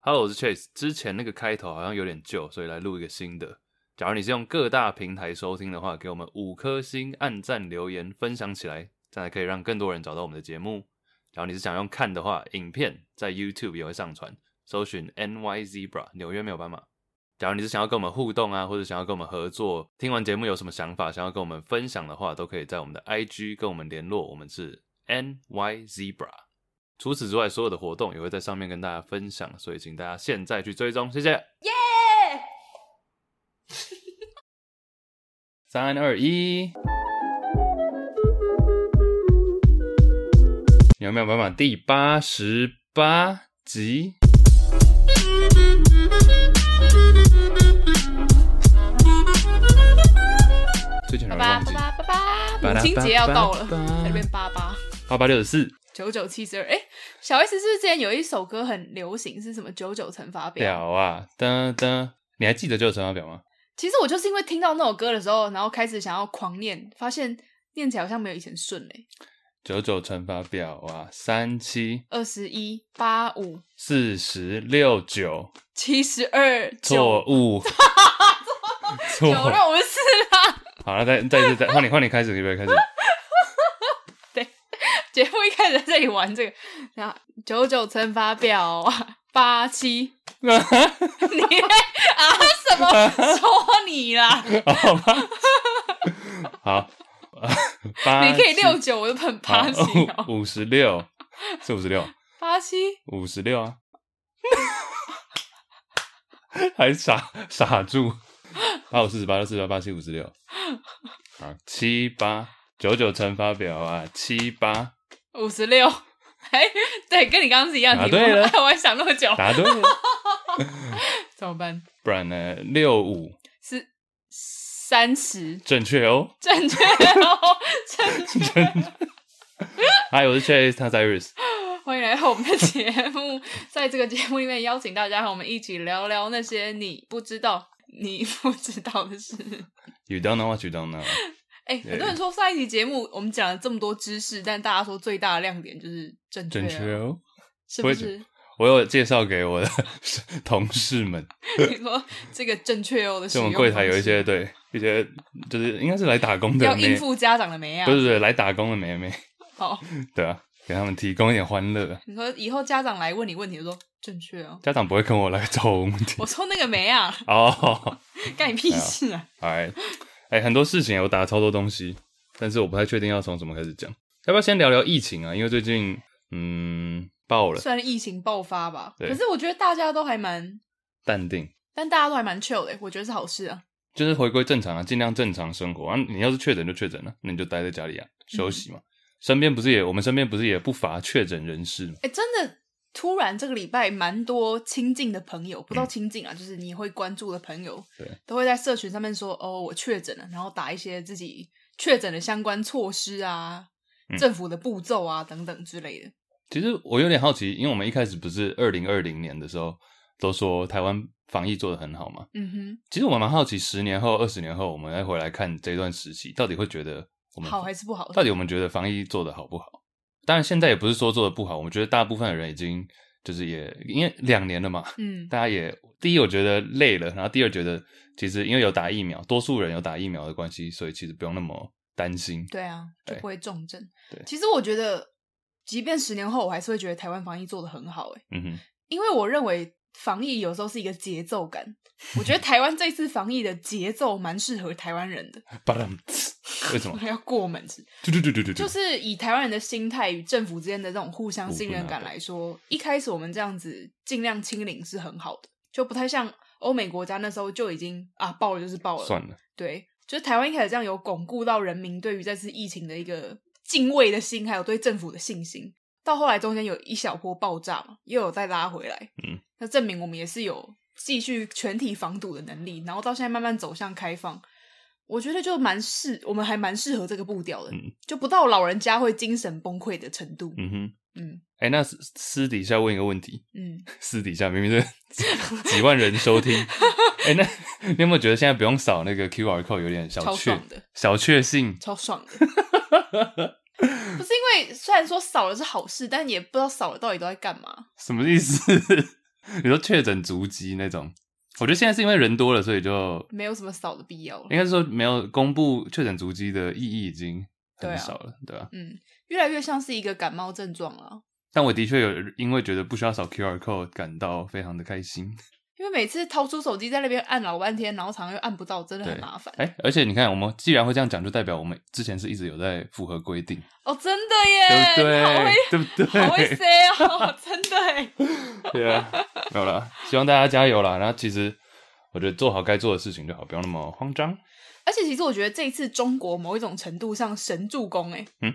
Hello，我是 Chase。之前那个开头好像有点旧，所以来录一个新的。假如你是用各大平台收听的话，给我们五颗星、按赞、留言、分享起来，这样才可以让更多人找到我们的节目。假如你是想用看的话，影片在 YouTube 也会上传，搜寻 NY Zebra 纽约没有斑马。假如你是想要跟我们互动啊，或者想要跟我们合作，听完节目有什么想法，想要跟我们分享的话，都可以在我们的 IG 跟我们联络，我们是 NY Zebra。除此之外，所有的活动也会在上面跟大家分享，所以请大家现在去追踪，谢谢。耶！三二一，有没有办法？第八十八集，最近八有人八忘记八八八，母亲节要到巴了，拉巴拉巴拉在那边八八八八六十四，九九七十二。哎，小 S 是不是之前有一首歌很流行，是什么九九乘法表？表啊，噔噔，你还记得就是乘法表吗？其实我就是因为听到那首歌的时候，然后开始想要狂念，发现念起来好像没有以前顺嘞。九九乘法表啊，三七二十一八五四十六九，七十二错九 误，九错误。六五四啦。好了，再再一次再换你换你开始，可不可以 开始？节目一开始在这里玩这个，然后九九乘法表啊，八七， 你啊什么说你啦？好吗？好，八你可以六九，我就很八七哦，五十六是五十六，八七五十六啊，还傻傻住，八五四十八六四十八八七五十六，好七八九九乘法表啊，七八五十六。 哎，对，跟你刚刚是一样的题目。啊答对了 哎我还想那么久，答对 了，怎么办？不然呢六五是三十，正确哦。正确哦，正确。嗨，我是 Chase，他是 Iris，欢迎来到我们的节目，在这个节目里面邀请大家和我们一起聊聊那些你不知道、你不知道的事。 You don't know what you don't know。哎、对很多人说上一集节目我们讲了这么多知识，但大家说最大的亮点就是正确、正啊，确哦。是不是？我有介绍给我的 同事们，你说这个正确哦的使就我用们方柜式，台有一些对一些就是应该是来打工的要妹应，付家长的没啊不？是不是来打工的妹妹，好，对啊，给他们提供一点欢乐。你说以后家长来问你问题，就说正确哦。家长不会跟我来找我问题我说那个没啊， 哦。干你屁事啊！哎哎，很多事情我打了超多东西，但是我不太确定要从什么开始讲。要不要先聊聊疫情啊？因为最近嗯爆了，虽然疫情爆发吧，对可是我觉得大家都还蛮，淡定。但大家都还蛮 chill 的，我觉得是好事啊。就是回归正常啊，尽量正常生活啊。你要是确诊就确诊了、那你就待在家里啊，休息嗯嘛。身边不是也，我们身边不是也不乏确诊人士吗？哎、真的，突然这个礼拜蛮多亲近的朋友，不到亲近啊，就是你会关注的朋友，嗯对，都会在社群上面说哦，我确诊了，然后打一些自己确诊的相关措施啊，嗯政府的步骤啊等等之类的。其实我有点好奇，因为我们一开始不是二零二零年的时候都说台湾防疫做得很好嘛。嗯其实我蛮好奇，十年后、二十年后，我们再回来看这段时期，到底会觉得我哼，们好还是不好？到底我们觉得防疫做得好不好？当然，现在也不是说做得不好，我们觉得大部分的人已经就是也因为两年了嘛，嗯，大家也第一，我觉得累了，然后第二，觉得其实因为有打疫苗，多数人有打疫苗的关系，所以其实不用那么担心。对啊，就对不会重症对。其实我觉得，即便十年后，我还是会觉得台湾防疫做得很好、欸，嗯哼，因为我认为防疫有时候是一个节奏感。我 觉得台湾这次防疫的节奏蛮适合台湾人的，巴 拉姆呲为什么？要过门子，对对对对对， 就是以台湾人的心态与政府之间的这种互相信任感来说，一开始我们这样子尽量清零是很好的，就不太像欧美国家那时候就已经啊爆了就是爆了，算了，对，就是台湾一开始这样有巩固到人民对于这次疫情的一个敬畏的心，还有对政府的信心。到后来中间有一小波爆炸嘛，又有再拉回来，嗯，那证明我们也是有继续全体防堵的能力，然后到现在慢慢走向开放，我觉得就蛮适，我们还蛮适合这个步调的，嗯就不到老人家会精神崩溃的程度，嗯哼，嗯哎，那私私底下问一个问题， 嗯，私底下明明是 几万人收听，哎，那你有没有觉得现在不用扫那个 QR code 有点小超确爽的，小确幸？超爽的。不是因为虽然说少了是好事，但也不知道少了到底都在干嘛。什么意思？ 你说确诊足迹那种，我觉得现在是因为人多了，所以就没有什么扫的必要了应。该是说没有公布确诊足迹的意义已经对啊很少了，对吧、嗯，越来越像是一个感冒症状了。但我的确有因为觉得不需要扫 QR code 感到非常的开心。因为每次掏出手机在那边按老半天，然后常常又按不到，真的很对麻烦。哎、而且你看，我们既然会这样讲，就代表我们之前是一直有在符合规定，哦，真的对耶，不你好对会？ 对不对？好会 say 哦， 真的耶。对啊，没有啦，希望大家加油啦。然后其实我觉得做好该做的事情就好，不要那么慌张。而且其实我觉得这一次中国某一种程度上神助攻哎、嗯，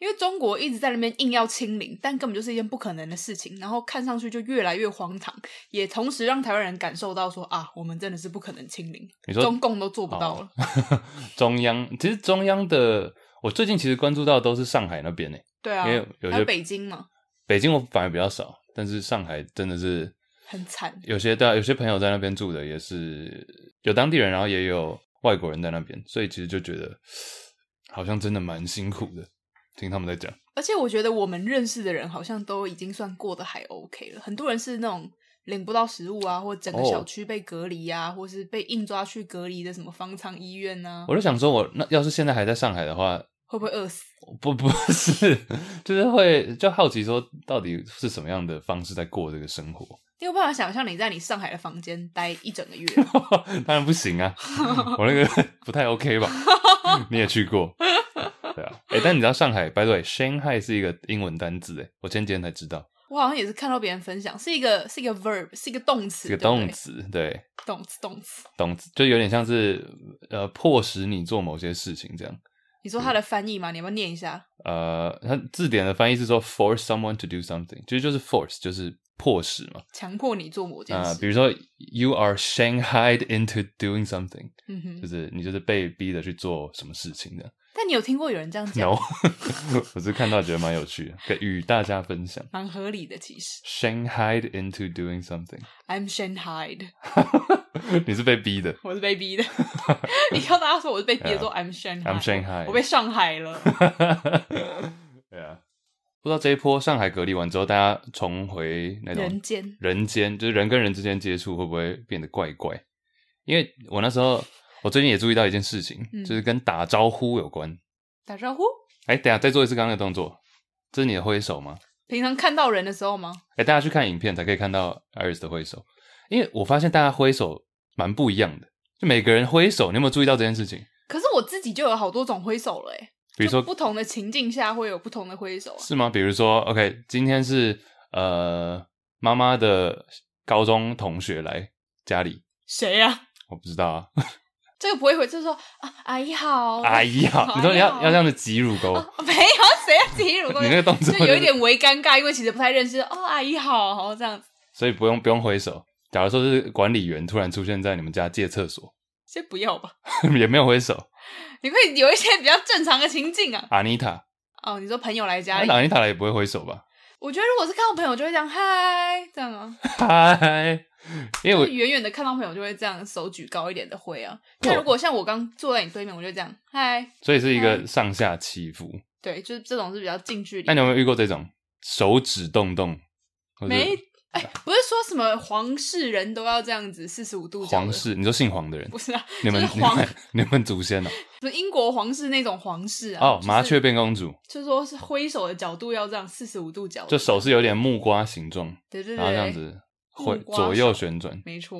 因为中国一直在那边硬要清零，但根本就是一件不可能的事情，然后看上去就越来越荒唐，也同时让台湾人感受到说啊，我们真的是不可能清零，你说中共都做不到了。哦 中央其实中央的，我最近其实关注到都是上海那边呢，对啊因为，有些还有北京嘛，北京我反而比较少，但是上海真的是很惨。有些对、啊，有些朋友在那边住的也是有当地人，然后也有外国人在那边，所以其实就觉得好像真的蛮辛苦的。听他们在讲，而且我觉得我们认识的人好像都已经算过得还 OK 了，很多人是那种领不到食物啊，或整个哦小区被隔离啊，或是被硬抓去隔离的什么方舱医院啊，我就想说我，那要是现在还在上海的话，会不会饿死？不不是， 就是会就好奇说，到底是什么样的方式在过这个生活？ 你有办法想象你在你上海的房间待一整个月？当然不行啊，我那个不太 OK 吧？你也去过，对啊，哎、但你知道上海，by the way，Shanghai 是一个英文单字，哎，我前几天才知道， 我好像也是看到别人分享，是一个是一个 verb，是一个动词，是个对不对动，词，对，动词动词。动词就有点像是呃迫使你做某些事情这样。你说它的翻译吗？你要不要念一下？呃，它字典的翻译是说 force someone to do something，其实就是 force，就是迫使嘛。强迫你做某件啊、事。比如说 you are shanghaied into doing something，、嗯就哼，是你就是被逼的去做什么事情的。但你有听过有人这样讲 No，我是看到觉得蛮有趣的，可以与大家分享。蛮合理的。其实 Shanghaied into doing something， ，I'm Shanghai，你是被逼的。 我是被逼的。你要大家说我是被逼的，说 I'm Shanghai，哎 I'm Shanghai 我被上海了。对啊，不知道这一波上海隔离完之后，大家重回那种人间，人间，就是人跟人之间接触会不会变得怪怪？因为我那时候，我最近也注意到一件事情，嗯就是跟打招呼有关。打招呼，哎、等一下再做一次刚刚那个动作，这是你的挥手吗？平常看到人的时候吗？哎、大家去看影片才可以看到 Iris 的挥手，因为我发现大家挥手蛮不一样的，就每个人挥手，你有没有注意到这件事情？可是我自己就有好多种挥手了，哎，比如就说不同的情境下会有不同的挥手啊。是吗？比如说，OK，今天是呃妈妈的高中同学来家里，谁呀、我不知道啊，这个不会回，就是说啊，阿姨好，阿姨哦好，你说你要要这样子，子挤乳沟，啊没有谁要挤乳沟，你那个动作就有一就是点微尴尬，因为其实不太认识哦，阿姨好，好这样子，所以不用不用挥手。假如说是管理员突然出现在你们家借厕所， 先不要吧，也没有挥手。你可以有一些比较正常的情境啊。阿妮塔，哦，你说朋友来家里那，阿妮塔来也不会挥手吧？我觉得如果是看到朋友就会这样嗨，这样啊，嗨，因为就我是远远的看到朋友就会这样手举高一点的挥啊。对但如果像我刚坐在你对面，我就这样嗨，所以是一个上下起伏。对，就是这种是比较近距那离你。有没有遇过这种手指动动，或者没，哎，不是说什么皇室人都要这样子四十五度角的皇室？你说姓黄的人不，是啊，你们就是你皇们你们祖先哦？就英国皇室那种皇室啊，哦就，是麻雀变公主，就说是挥手的角度要这样四十五度角，就手是有点木瓜形状，对对对，然后这样，子挥木瓜手左右旋转。没错，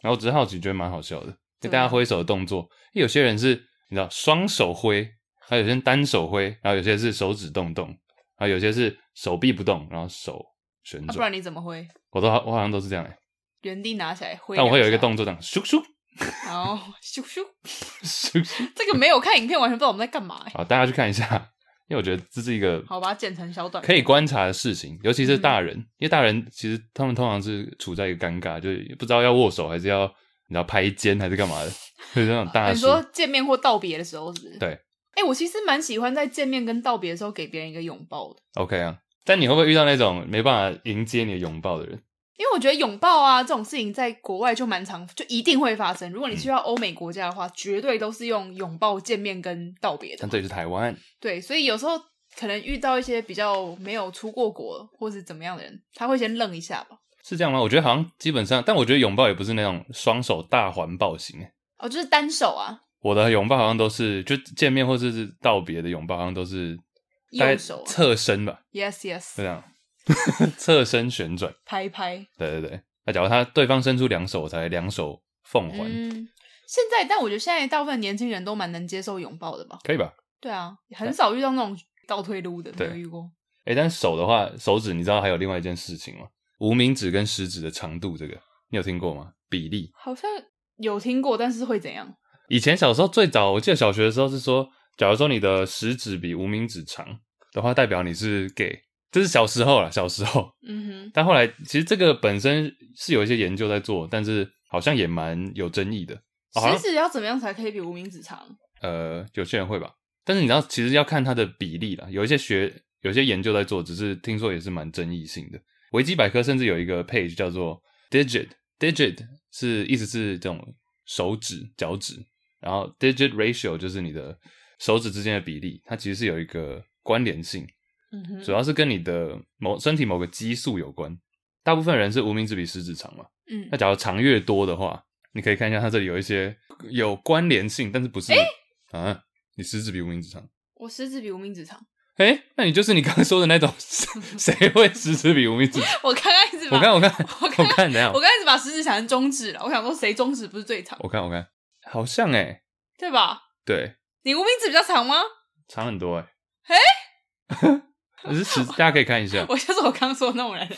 然后我只是好奇，觉得蛮好笑的，就对啊大家挥手的动作，因为有些人是你知道双手挥，还有些人单手挥，然后有些是手指动动，然后有些是手臂不动，然后手旋啊不转。然你怎么挥？我都好我好像都是这样哎、欸，原地拿起来挥，但我会有一个，动作这样，咻咻然后 咻咻，咻咻。这个没有看影片，完全不知道我们在干嘛、欸。好，大家去看一下，因为我觉得这是一个好，把嗯它剪成小短片，可以观察的事情，尤其是大人，因为大人其实他们通常是处在一个尴尬，就是不知道要握手还是要你知道拍肩还是干嘛的，啊就是那种大啊你叔。说见面或道别的时候是不是？对。哎、我其实蛮喜欢在见面跟道别的时候给别人一个拥抱的， OK 啊，但你会不会遇到那种没办法迎接你的拥抱的人？因为我觉得拥抱啊这种事情在国外就蛮常，就一定会发生。如果你去到欧美国家的话，绝对都是用拥抱、见面跟道别的但。这里是台湾，对，所以有时候可能遇到一些比较没有出过国或是怎么样的人，他会先愣一下吧。是这样吗？我觉得好像基本上，但我觉得拥抱也不是那种双手大环抱型欸。哦，就是单手啊，我的拥抱好像都是就见面或者是道别的拥抱，好像都是大概右手啊侧身吧， ，yes 是 yes，这样，侧身旋转。拍拍，对对对，那假如他对方伸出两手，我才两手奉还，嗯。现在，但我觉得现在大部分年轻人都蛮能接受拥抱的吧？可以吧？对啊，很少遇到那种倒退路的，没对有遇过。哎，但手的话，手指你知道还有另外一件事情吗？无名指跟食指的长度，这个你有听过吗？比例？好像有听过，但是会怎样？以前小时候最早，我记得小学的时候是说，假如说你的食指比无名指长的话，代表你是 gay。这是小时候啦，小时候。嗯但后来其实这个本身是有一些研究在做，但是好像也蛮有争议的。哦好哼，像食指要怎么样才可以比无名指长？呃，有些人会吧，但是你知道，其实要看它的比例啦。有一些学，有些研究在做，只是听说也是蛮争议性的。维基百科甚至有一个 page 叫做 digit，digit 是意思是这种手指、脚趾，然后 digit ratio 就是你的手指之间的比例，它其实是有一个关联性，嗯哼，主要是跟你的某身体某个激素有关。大部分人是无名指比食指长嘛，嗯那，假如长越多的话，你可以看一下它这里有一些有关联性，但是不是、啊？你食指比无名指长？我食指比无名指长。哎、那你就是你刚刚说的那种，谁谁会食指比无名指长？我刚开始把我看，我看，我我看看，等一下我，刚开始把食指想成中指了，我想说谁中指不是最长，我看，我看，好像哎、对吧？对，你无名指比较长吗？长很多哎、 可是食，大家可以看一下。我就是我刚说的那 种人，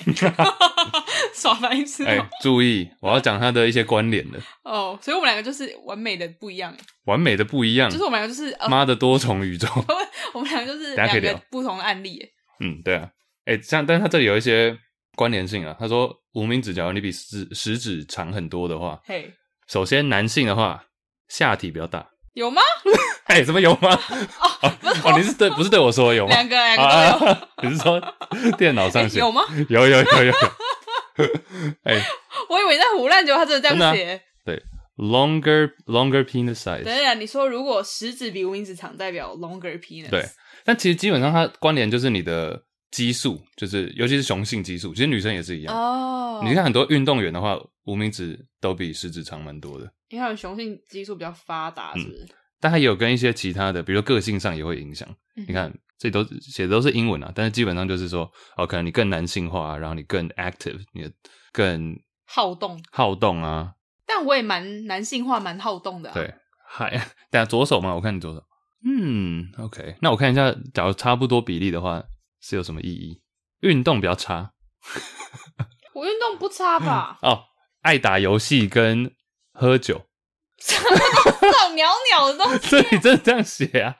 耍白痴哎、哦。注意，我要讲它的一些关联的，哦，所以我们两个就是完美的不一样，完美的不一样就，是我们两个就是呃，嗯妈的多重宇宙。我们两个就是等下可两以聊个不同的案例。嗯，对啊，哎，像，但是它这里有一些关联性啊。他说，无名指假如你比食食指长很多的话，嘿，首先男性的话，下体比较大。有吗？哎，怎么有吗？ 哦，你是对不是对我说有吗？两个两个都 有啊，你是说电脑上哎写 有吗？有有有有有我以为你在胡乱，结果他真的这真的样啊写。 longer longer penis size？等一下，你说如果食指比无名指长，代表 longer penis。对，但其实基本上它关联就是你的激素，就是尤其是雄性激素，其实女生也是一样。哦，你，看很多运动员的话，无名指都比食指长蛮多的。因为他们雄性激素比较发嗯达，是不是？但它也有跟一些其他的，比如说个性上也会影响。你你，看，这都是写的都是英文啊，但是基本上就是说，哦，可能你更男性化、啊，然后你更 active，你的更好动，好动啊，但我也蛮男性化，蛮好动的、啊。对，嗨，等下左手嘛，我看你左手，嗯，OK，那我看一下，假如差不多比例的话，是有什么意义？运动比较差？我运动不差吧 哦，爱打游戏跟喝酒， 这种袅袅的东西，这里真的这样写啊？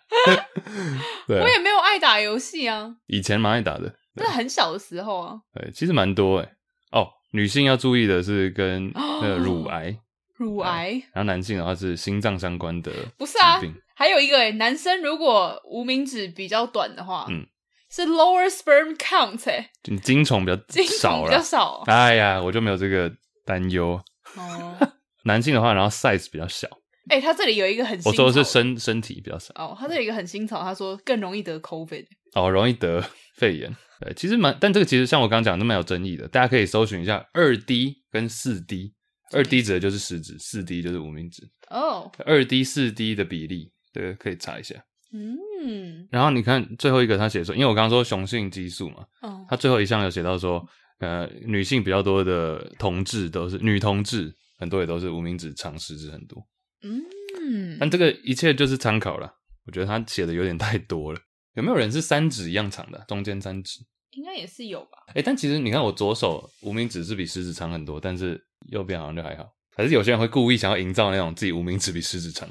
对我啊，也没有爱打游戏啊，以前蛮爱打的，那很小的时候啊，对，其实蛮多诶、哦，女性要注意的是 跟那个乳癌。乳啊癌然后男性的话是心脏相 关的不是啊疾病，还有一个、欸、男生如果无名指比较短的话，嗯，是 lower sperm count 哎、你精虫比较精虫少比较了。少哦哎呀，我就没有这个担忧。哦。男性的话，然后 size 比较小，哎、他这里有一个很新我说的是潮身身体比较少哦，他这里有一个很新潮，他说更容易得 COVID。哦，容易得 肺炎。对，其实蛮，但这个其实像我刚刚讲，都蛮有争议的。大家可以搜寻一下二 D 跟四 D，二 D 指的就是食指，四 D 就是无名指。哦，二 D 四 D 的比例，对，可以查一下。嗯，然后你看最后一个，他写说，因为我刚刚说雄性激素嘛，哦，他最后一项有写到说，呃，女性比较多的同志都是女同志，很多也都是无名指长食指很多。嗯，但这个一切就是参考了，我觉得他写的有点太多了。有没有人是三指一样长的啊、中间三指？应该也是有 吧。哎、但其实你看我左手无名指是比食指长很多，但是右边好像就还好。还是有些人会故意想要营造那种自己无名指比食指 长，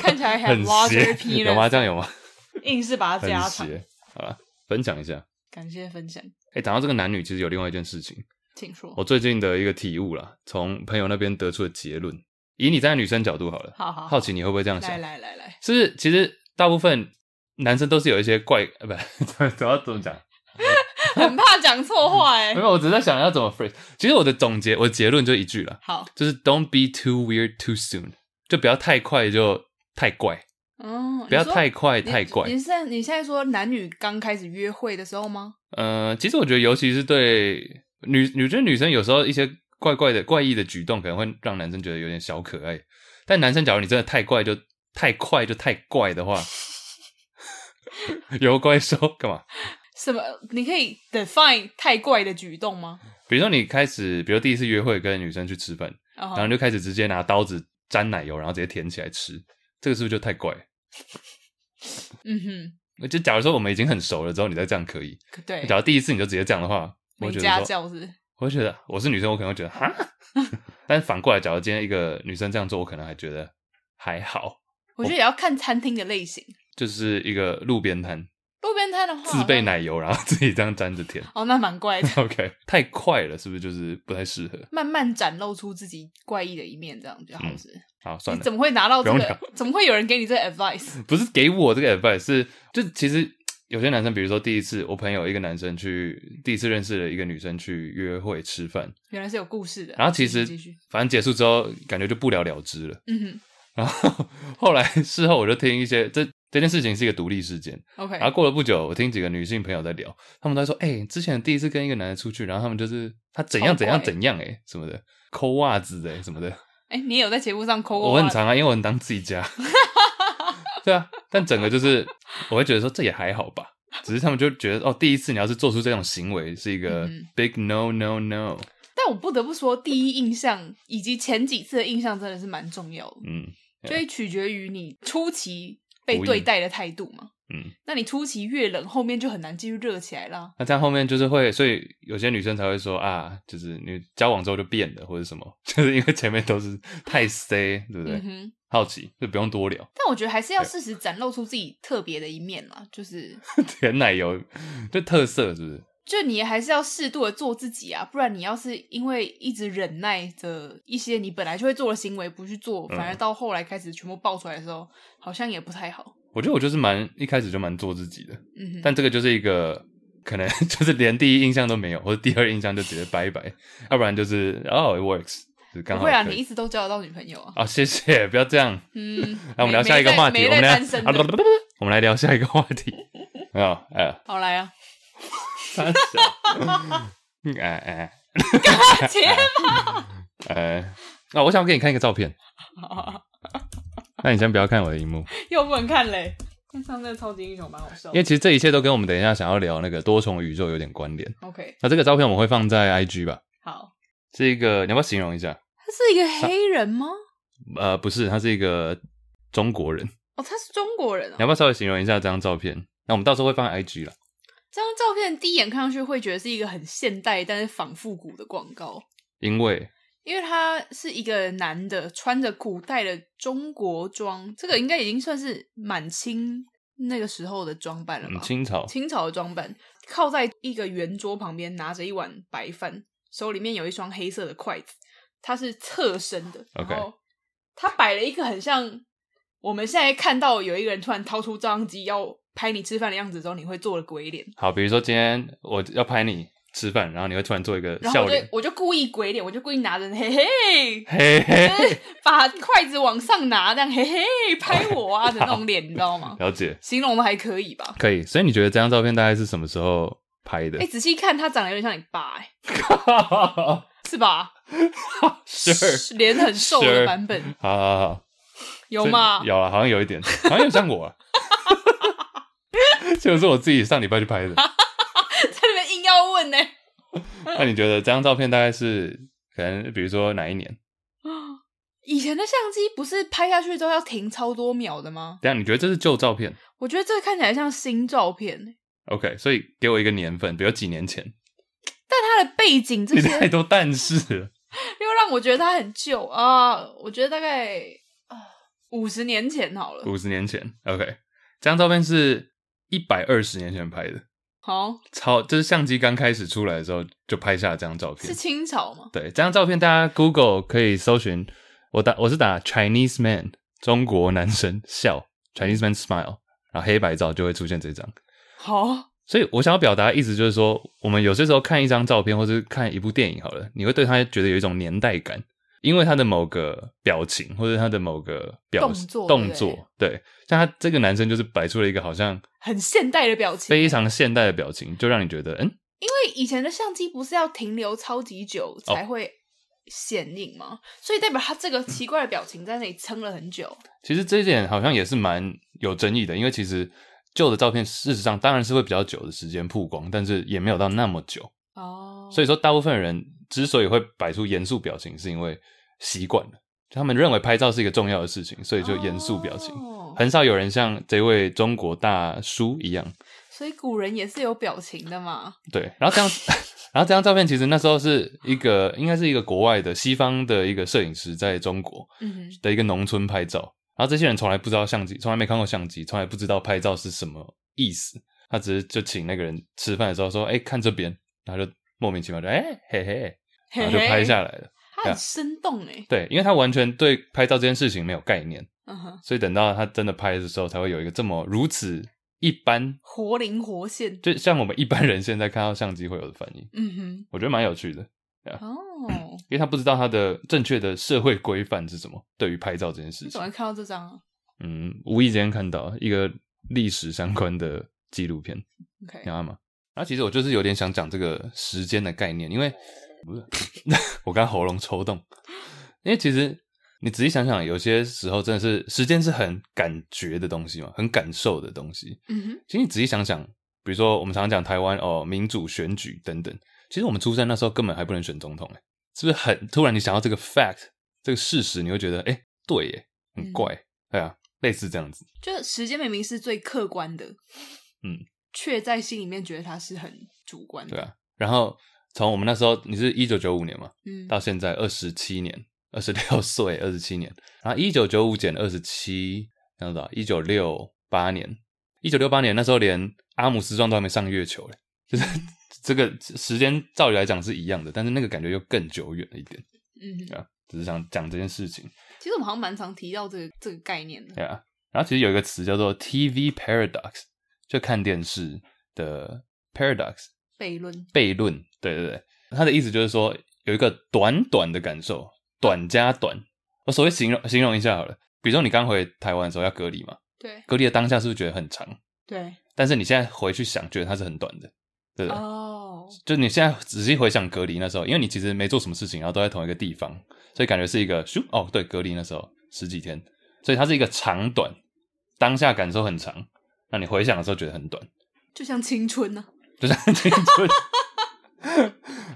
看起来很很 larger 邪，有吗？ penis，这样有吗？硬是把它很 加长。邪。好了，分享一下。感谢分享，哎、讲到这个男女，其实有另外一件事情，请说我。最近的一个体悟啦，从朋友那边得出的结论。以你站在女生角度好了，好好好奇你会不会这样想？哦来来来来，是不是其实大部分男生都是有一些怪，呃，不， 怎么怎么怎么讲？很怕讲错话 哎没。有，我只是在想要怎么 phrase。其实我的总结，我的结论就一句啦，好，就是 Don't be too weird too soon，就不要太快就太怪，嗯，不要你说太快你太怪你。是在你现在说男女刚开始约会的时候吗？呃，其实我觉得，尤其是对女，我觉得女生有时候一些怪怪的、怪异的举动，可能会让男生觉得有点小可爱。但男生，假如你真的太怪就太快就太怪的话， 有怪兽干嘛？什么？你可以 define 太怪的举动吗？比如说你开始，比如第一次约会跟女生去吃饭，然然后你就开始直接拿刀子沾奶油，然后直接舔起来吃，这个是不是就太怪？嗯哼，就假如说我们已经很熟了之后，你再这样可以。可对，假如第一次你就直接这样的话，我没会觉家得说，教是不是我会觉得我是女生，我可能会觉得 哈。但反过来，假如今天一个女生这样做，我可能还觉得还好，我觉得也要看餐厅的类型。就是一个路边摊路边摊的话，自备奶油，然后自己这样沾着 舔。好像哦，那蛮怪的， OK，太快了，是不是就是不太适合？慢慢展露出自己怪异的一面，这样比较好嗯是不是。好，算你了，怎么会拿到这不用个？怎么会有人给你这个 advice？不是给我这个 advice，是就其实有些男生，比如说第一次，我朋友一个男生去第一次认识了一个女生去约会吃饭，原来是有故事的。然后其实继续，反正结束之后，感觉就不了了之了。 继续嗯然后后来事后我就听一些这这件事情是一个独立事件，哼，OK，然后过了不久，我听几个女性朋友在聊，她们都在说，哎、之前第一次跟一个男的出去，然后他们就是他怎样超怎样怪怎样、哎什么的，抠袜子哎、什么的，哎、你也有在节目上抠过我很袜子常啊，因为我很当自己家。 对啊，但整个就是我会觉得说这也还好吧，只是他们就觉得哦，第一次你要是做出这种行为是一个嗯 big no no no，但我不得不说，第一印象以及前几次的印象真的是蛮重要的，嗯就会取决于你初期被无意对待的态度嘛。嗯，那你初期越冷，后面就很难继续热起来啦。那这样后面就是会，所以有些女生才会说啊，就是你交往之后就变了或者什么， 就是因为前面都是太 stay，对不对？嗯哼，好奇就不用多聊，但我觉得还是要适时展露出自己特别的一面啦，就是甜奶油就特色是不是？就你还是要适度的做自己啊，不然你要是因为一直忍耐着一些你本来就会做的行为不去做，嗯反而到后来开始全部爆出来的时候，好像也不太好。我觉得我就是蛮一开始就蛮做自己的，嗯哼，但这个就是一个可能 就是连第一印象都没有，或者第二印象就直接拜拜，要不然就是哦、it works，就是刚不好会啊，可你以一直都交得到女朋友啊。啊、谢谢，不要这样。嗯， 那我们聊没下一个没在话题，没我在们单 身聊，啊不的不不不我们来聊下一个话题。没有， 哎，好来 啊，三小，嗯哎哎天，哎，那、我想给你看一个照片，那你先不要看我的荧幕，又不能看嘞。看上那个超级英雄蛮好笑因为其实这一切都跟我们等一下想要聊那个多重宇宙有点关联。 OK，那这个照片我们会放在 IG 吧？好，是一个，你要不要形容一下？他是一个黑人吗？呃，不是，他是一个中国人。哦，他是中国人你哦。要不要稍微形容一下这张照片？那我们到时候会放在 IG 了。这张照片第一眼看上去会觉得是一个很现代但是仿复古的广告。因为因为他是一个男的，穿着古代的中国装，这个应该已经算是满清那个时候的装扮了吧？嗯，清朝清朝的装扮，靠在一个圆桌旁边，拿着一碗白饭，手里面有一双黑色的筷子，他是侧身的，然 OK 后他摆了一个很像我们现在看到有一个人突然掏出照相机要拍你吃饭的样子之后，你会做的鬼脸。好，比如说今天我要拍你吃饭，然后你会突然做一个然后笑我就脸，我就故意鬼脸，我就故意拿着嘿嘿，嘿嘿，就是把筷子往上拿，这样嘿嘿拍我啊的那种脸，你知道 吗？ 了解，形容的还可以吧？可以。所以你觉得这张照片大概是什么时候拍的 哎、仔细看，他长得有点像你爸、哎，是吧？ ？Sure，脸很瘦的 Sure 版本 好好好，有吗所以？有啊，好像有一点，好像有像我、 啊。 就是我自己上礼拜去拍的。在那边硬要问呢、那你觉得这张照片大概是可能，比如说哪一年？以前的相机不是拍下去之后要停超多秒的吗？等一下你觉得这是旧照片我觉得这看起来像新照片、哎？OK，所以给我一个年份，比如几年前。但它的背景这 你些太多但是了， 又让我觉得它很旧啊！我觉得大概啊五十年前好了，五十年前，OK，这张照片是一百二十年前拍的，好超就是相机刚开始出来的时候就拍下了这张照是片。清朝吗？对，这张照片大家 Google 可以搜寻，我打我是打 Chinese man 中国男神笑 Chinese man smile，然后黑白照就会出现这张。好，所以我想要表达的意思就是说，我们有些时候看一张照片或是看一部电影好了，你会对它觉得有一种年代感，因为它的某个表情或者它的某个表动作动对作，对，像他这个男生就是摆出了一个好像很现代的表情、非常现代的表情，就让你觉得嗯，因为以前的相机不是要停留超级久哦才会显影吗？所以代表他这个奇怪的表情在那里撑了很久。其实这一点好像也是蛮有争议的，因为其实旧的照片事实上当然是会比较久的时间曝光，但是也没有到那么久。哦，所以说，大部分人之所以会摆出严肃表情，是因为习惯了，就他们认为拍照是一个重要的事情，所以就严肃表情。哦很少有人像这位中国大叔一样，所以古人也是有表情的嘛。对。然后这张， 然后这张照片其实那时候是一个，应该是一个国外的西方的一个摄影师在中国嗯哼，的一个农村拍照。然后这些人从来不知道相机，从来没看过相机，从来不知道拍照是什么意思。他只是就请那个人吃饭的时候说：“哎、看这边。”然后就莫名其妙就哎、嘿嘿， 然后啊就拍下来啊了。他很生动哎。对，因为他完全对拍照这件事情没有概念，嗯哼，所以等到他真的拍的时候，才会有一个这么如此一般，活灵活现。就像我们一般人现在看到相机会有的反应，嗯我觉得蛮有趣的，哼，哦，因为他不知道他的正确的社会规范是什么，对于拍照这件事你怎情么，会看到这张啊嗯，无意间看到一个历史相关的纪录片， ？OK，你看吗？然后其实我就是有点想讲这个时间的概念，因为不是 我刚喉咙抽动，因为其实你仔细想想，有些时候真的是时间是很感觉的东西嘛，很感受的东西。嗯哼，其实你仔细想想，比如说我们常常讲台湾哦民主选举等等，其实我们出生那时候根本还不能选总统，哎，是不是很突然？你想到这个 fact 这个事实，你会觉得哎对耶，很怪，对啊，类似这样子。就是时间明明是最客观的，嗯，却在心里面觉得它是很主观的。对啊，然后从我们那时候，你是一九九五年嘛，嗯，到现在二十七年，二十六 岁，二十七年。然后一九九五减二十七，这样子啊，一九六八年，一九六八年那时候连阿姆斯壮都还没上月球嘞，就是 这个时间照理来讲是一样的，但是那个感觉又更久远了一点，嗯哼，对啊，只是想讲这件事情，其实我们好像蛮常提到这个这个概念的。对啊。然后其实有一个词叫做 TV paradox，就看电视的 paradox，悖论，悖论，对对对，他的意思就是说有一个短短的感受，短加短。我所谓形容形容一下好了，比如说你刚回台湾的时候要隔离嘛，对隔离的当下是不是觉得很长？对但是你现在回去想，觉得它是很短的，对不对？哦，就你现在仔细回想隔离那时候，因为你其实没做什么事情，然后都在同一个地方，所以感觉是一个咻哦，对，隔离那时候十几天，所以它是一个长短，当下感受很长，那你回想的时候觉得很短。就像青春啊呢、就是 青春。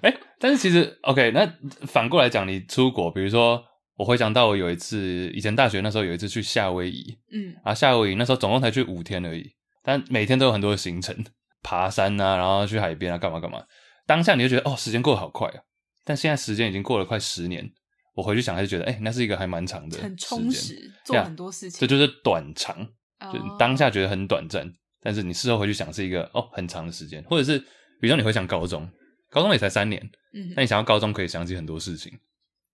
哎、但是其实 OK，那反过来讲，你出国，比如说，我回想到我有一次，以前大学那时候有一次去夏威夷，嗯啊，夏威夷那时候总共才去五天而已，但每天都有很多的行程，爬山啊，然后去海边啊，干嘛干嘛。当下你就觉得哦，时间过得好快啊，但现在时间已经过了快十年，我回去想还是觉得，哎、那是一个还蛮长的，很充，实，做很多事情。啊这就是短长。就哦当下觉得很短暂，但是你事后回去想是一个哦很长的时间，或者是比如说你回想高中，高中也才三年，嗯那，你想要高中可以想起很多事情，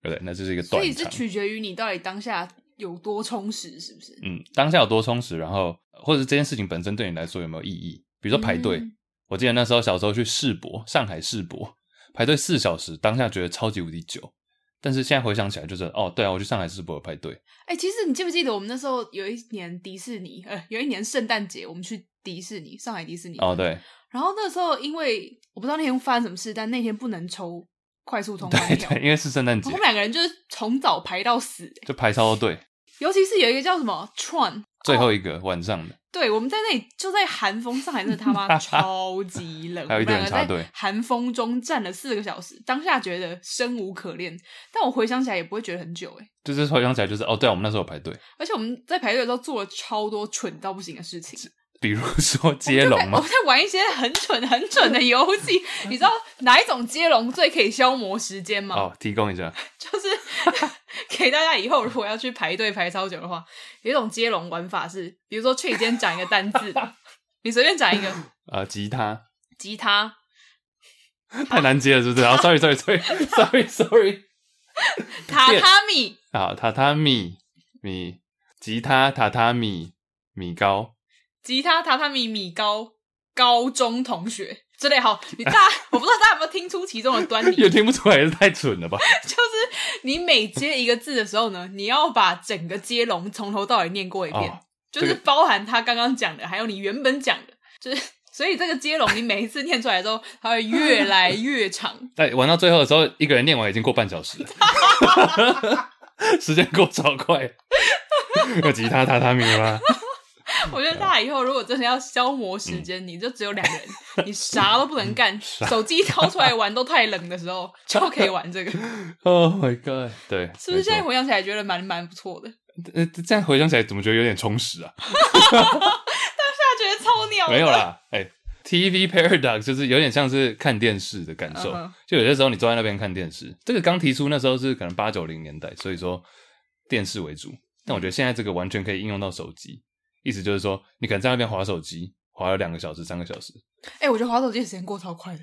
对不对？那就是一个所短以是长，取决于你到底当下有多充实，是不是？嗯，当下有多充实，然后或者是这件事情本身对你来说有没有意义？比如说排队，嗯我记得那时候小时候去世博，上海世博排队四小时，当下觉得超级无敌久，但是现在回想起来就是哦，对啊，我去上海世博有排队，哎、其实你记不记得我们那时候有一年迪士尼，呃，有一年圣诞节我们去迪士尼，上海迪士尼。哦，对，然后那时候因为我不知道那天发生什么事，但那天不能抽快速通 关对票，对，因为是圣诞我节们，两个人就是从早排到死、欸就排超多队，尤其是有一个叫什么 Tron，最后一个晚上的，对，我们在那里就在寒风，上海真的 他妈超级冷，还有一我堆们人两个插队在寒风中站了四个小时，当下觉得生无可恋，但我回想起来也不会觉得很久哎、欸就是回想起来就是哦，对啊，我们那时候有排队。而且我们在排队的时候做了超多蠢到不行的事情，比如说接我龙们吗？在玩一些很蠢很蠢的游戏，你知道哪一种接龙最可以消磨时间吗？哦，提供一下，就是 给大家以后如果要去排队排超久的话，有一种接龙玩法是，比如说去你今天讲一个单字，你随便讲一个呃，吉他吉他，太难接了，是不是？啊，sorry，sorry，sorry，sorry， 榻榻米，啊，榻榻米米吉他榻榻米米糕， 吉他榻榻米米高高中同学之类。好，你大我不知道大家有没有听出其中的端倪，也听不出来，也是太蠢了吧？就是你每接一个字的时候呢，你要把整个接龙从头到尾念过一遍，哦就是这个包含他刚刚讲的，还有你原本讲的，就是所以这个接龙你每一次念出来之后，它会越来越长。但玩到最后的时候，一个人念完已经过半小时了， 时间过超快。 有吉他榻榻米了吗？我觉得大家以后如果真的要消磨时嗯间，你就只有两个人，你啥都不能干，手机掏出来玩都太冷的时候， 就可以玩这个。 Oh my god！对，是不是现在没错回想起来觉得蛮蛮不错的？呃这样回想起来，怎么觉得有点充实啊？大家觉得超 鸟的没有，啦，哎、t v paradox 就是有点像是看电视的感受嗯哼就有些时候你坐在那边看电视，这个刚提出那时候是可能八九零年代，所以说电视为主。但我觉得现在这个完全可以应用到手机，意思就是说你可能在那边划手机，划了两个小时、三个小时，哎、我觉得滑手机的时间过超快的。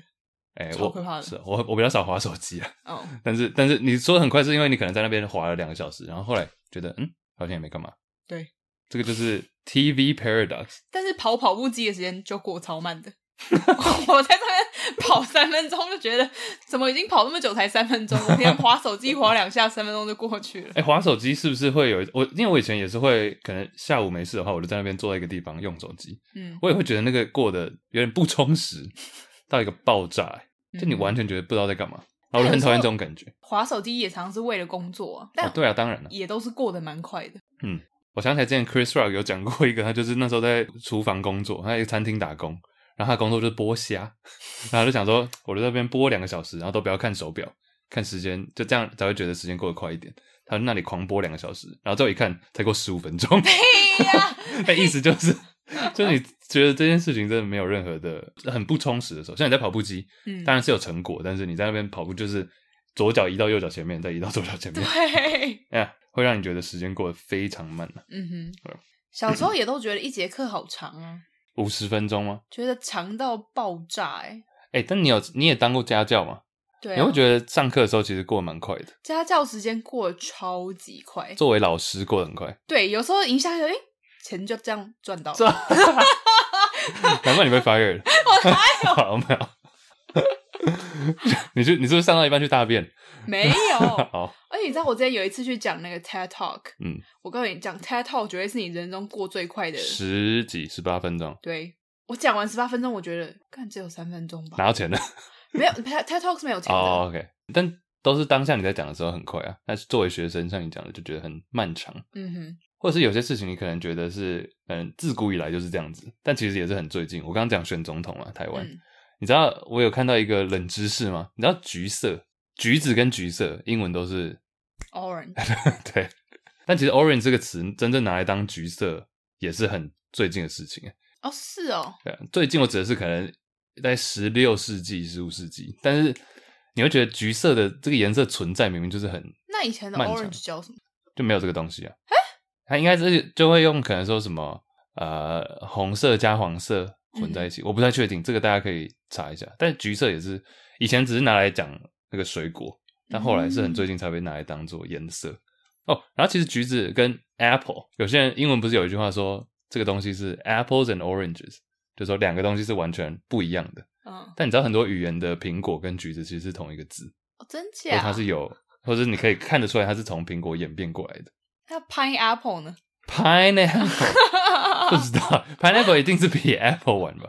哎、超我可怕的是我我比较少划手机啊，哦，但是但是你说很快是因为你可能在那边划了两个小时，然后后来觉得嗯好像也没干嘛，对，这个就是 TV paradox。但是跑跑步机的时间就过超慢的。 我在那边跑三分钟就觉得，怎么已经跑那么久才三分钟？我连滑手机滑两下，三分钟就过去了。哎、滑手机是不是会有一我？因为我以前也是会，可能下午没事的话，我就在那边坐在一个地方用手机，嗯，我也会觉得那个过得有点不充实， 到一个爆炸、欸，就你嗯完全觉得不知道在干嘛。然后我就很讨厌这种感觉。滑手机也常是为了工作啊，但、哦，对啊，当然了。也都是过得蛮快的。我想起来之前 Chris Rock 有讲过一个，他就是那时候在厨房工作，他在一个餐厅打工，然后他的工作就是剥虾， 然后他就想说，我就在那边剥两个小时，然后都不要看手表，看时间，就这样才会觉得时间过得快一点。他就那里狂剥两个小时，然后最后一看，才过十五分钟。哎呀， 那意思就是，就是你觉得这件事情真的没有任何的很不充实的时候，像你在跑步机，嗯， 当然是有成果，但是你在那边跑步就是左脚移到右脚前面，再移到左脚前面，对， 哎呀，会让你觉得时间过得非常慢啊呢、嗯对哼，小时候也都觉得一节课好长啊， 5五十分钟吗？觉得长到爆炸哎、哎、但你有你也当过家教嘛？对、啊，你会哎觉得上课的时候其实过得蛮快的，家教时间过得超级快。作为老师过得很快，对，有时候一下就哎、诶钱就这样赚到了。这难怪你被 fire 了。 我 哪好没有？你就你是不是上到一半去大便？没有， 好，而且你知道我之前有一次去讲那个 TED Talk，嗯，我跟你讲 TED Talk 绝对是你人中过最快的。十几十八分钟，对我讲完十八分钟，我觉得看只有三分钟吧，哪有钱呢？没有 TED TED Talk 是没有钱的。哦、o k 但都是当下你在讲的时候很快啊，但是作为学生，像你讲的，就觉得很漫长，嗯哼，或者是有些事情你可能觉得是，嗯，自古以来就是这样子，但其实也是很最近。我刚刚讲选总统嘛，台湾，嗯你知道我有看到一个冷知识吗？你知道橘色、橘子跟橘色英文都是 Orange，对，但其实 orange 这个词真正拿来当橘色也是很最近的事情。啊哦是哦，对啊，最近我指的是可能在十六世纪、十五世纪，但是你会觉得橘色的这个颜色存在，明明就是很那以前的漫长 Orange 叫什么？就没有这个东西啊。它应该是就会用可能说什么呃红色加黄色混在一起，我不太确定，这个大家可以查一下。但橘色也是以前只是拿来讲那个水果，但后来是很最近才被拿来当做颜色。哦，然后其实橘子跟 apple，有些人英文不是有一句话说这个东西是 apples and oranges，就说两个东西是完全不一样的。嗯，但你知道很多语言的苹果跟橘子其实是同一个字，哦真所以假？它是有，或者你可以看得出来它是从苹果演变过来的。那 Pineapple 呢？ Pineapple 不知道，Pineapple 一定是比 Apple 晚吧？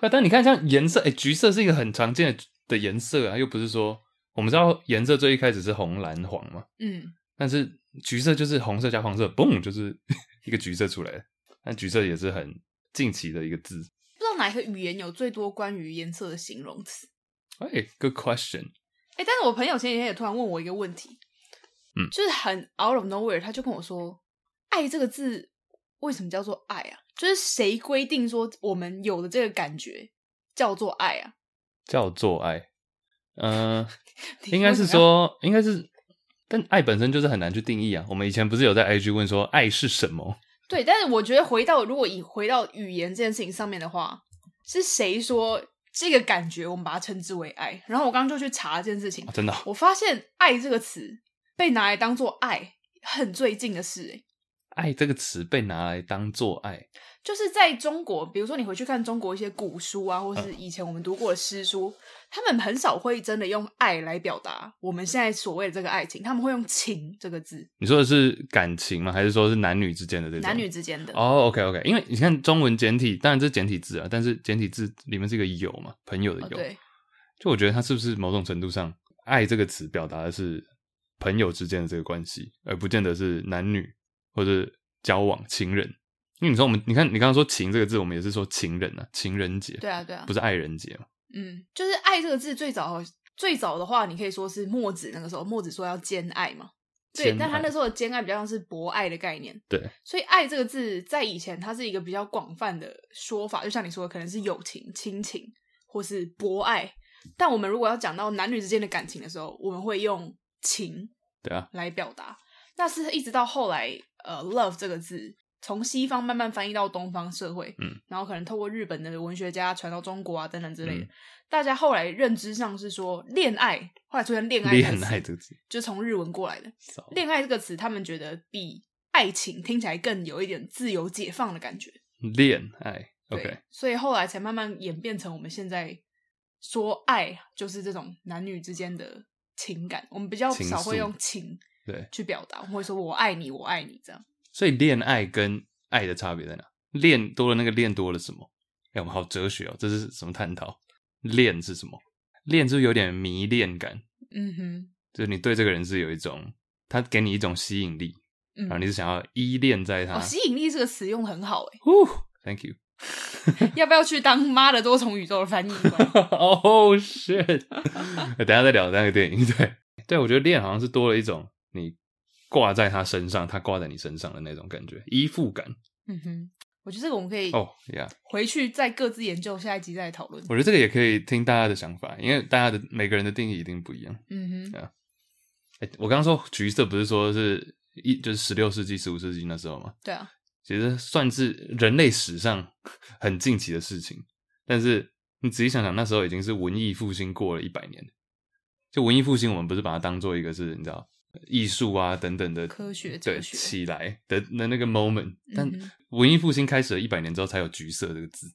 那但你看，像颜色，哎、橘色是一个很常见的的颜色啊，又不是说我们知道颜色最一开始是红、蓝、黄嘛，嗯，但是橘色就是红色加黄色，嘣，就是 一个橘色出来。但橘色也是很近期的一个字。不知道哪一个语言有最多关于颜色的形容词。哎、g o o d question。哎、但是我朋友前几天也突然问我一个问题，嗯就是很 out of nowhere，他就跟我说：“爱这个字为什么叫做爱啊？就是谁规定说我们有的这个感觉叫做爱啊？叫做爱。嗯、 你应该为什是么要说，应该是，但爱本身就是很难去定义啊。我们以前不是有在 IG 问说爱是什么？对，但是我觉得回到如果以回到语言这件事情上面的话，是谁说这个感觉我们把它称之为爱？然后我刚刚就去查这件事情啊、，真的哦、我发现“爱”这个词被拿来当做爱，很最近的事、欸。爱这个词被拿来当做爱，就是在中国，比如说你回去看中国一些古书啊，或是嗯以前我们读过的诗书，他们很少会真的用爱来表达我们现在所谓的这个爱情，他们会用情这个字，你说的是感情吗？还是说是男女之间的这种？男女之间的。哦，OK，OK、o k OK，因为你看中文简体，当然这是简体字啊，但是简体字里面是一个友嘛，朋友的哦友。对，就我觉得它是不是某种程度上“爱”这个词表达的是朋友之间的这个关系，而不见得是男女或者交往情人。因为你说我们，你看你刚刚说“情”这个字，我们也是说情人啊，情人节，对啊，对啊不，是爱人节嘛？嗯，就是“爱”这个字最早最早的话，你可以说是墨子那个时候，墨子说要兼爱嘛。对，兼但他爱那时候的兼爱比较像是博爱的概念，对，所以“爱”这个字在以前它是一个比较广泛的说法，就像你说的，可能是友情、亲情或是博爱。但我们如果要讲到男女之间的感情的时候，我们会用情对啊，来表达。那是一直到后来，呃，love 这个字从西方慢慢翻译到东方社会，嗯，然后可能透过日本的文学家传到中国啊等等之类的，嗯大家后来认知上是说恋爱，后来出现恋爱，恋爱这个词，就从日文过来的。骚恋爱这个词，他们觉得比爱情听起来更有一点自由解放的感觉。恋爱对，OK，所以后来才慢慢演变成我们现在说爱，就是这种男女之间的情感。我们比较情少会愫用情对，去表达，我们会说我爱你，我爱你这样。所以恋爱跟爱的差别在哪？恋多了那个恋多了什么？哎、我们好哲学哦，这是什么探讨？恋是什么？恋就是有点迷恋感，嗯哼，就是你对这个人是有一种，他给你一种吸引力，嗯然后你是想要依恋在他。哦，吸引力这个词用的很好哎，呼 Thank you. 要不要去当《妈的多重宇宙》的翻译官？ oh shit！等一哎下再聊那个电影。对对，我觉得恋好像是多了一种你挂在他身上，他挂在你身上的那种感觉，依附感。嗯哼，我觉得这个我们可以哦、呀，回去再各自研究，下一集再来讨论。我觉得这个也可以听大家的想法，因为大家的每个人的定义一定不一样。嗯哼，哎、我刚刚说橘色不是说是一就是十六世纪、十五世纪那时候吗？对啊，其实算是人类史上 很近期的事情。但是你仔细想想，那时候已经是文艺复兴过了一百年。就文艺复兴，我们不是把它当做一个是，你知道艺术啊等等的科学对哲学起来的的那个 moment。但嗯哼文艺复兴开始了一百年之后，才有橘色这个字，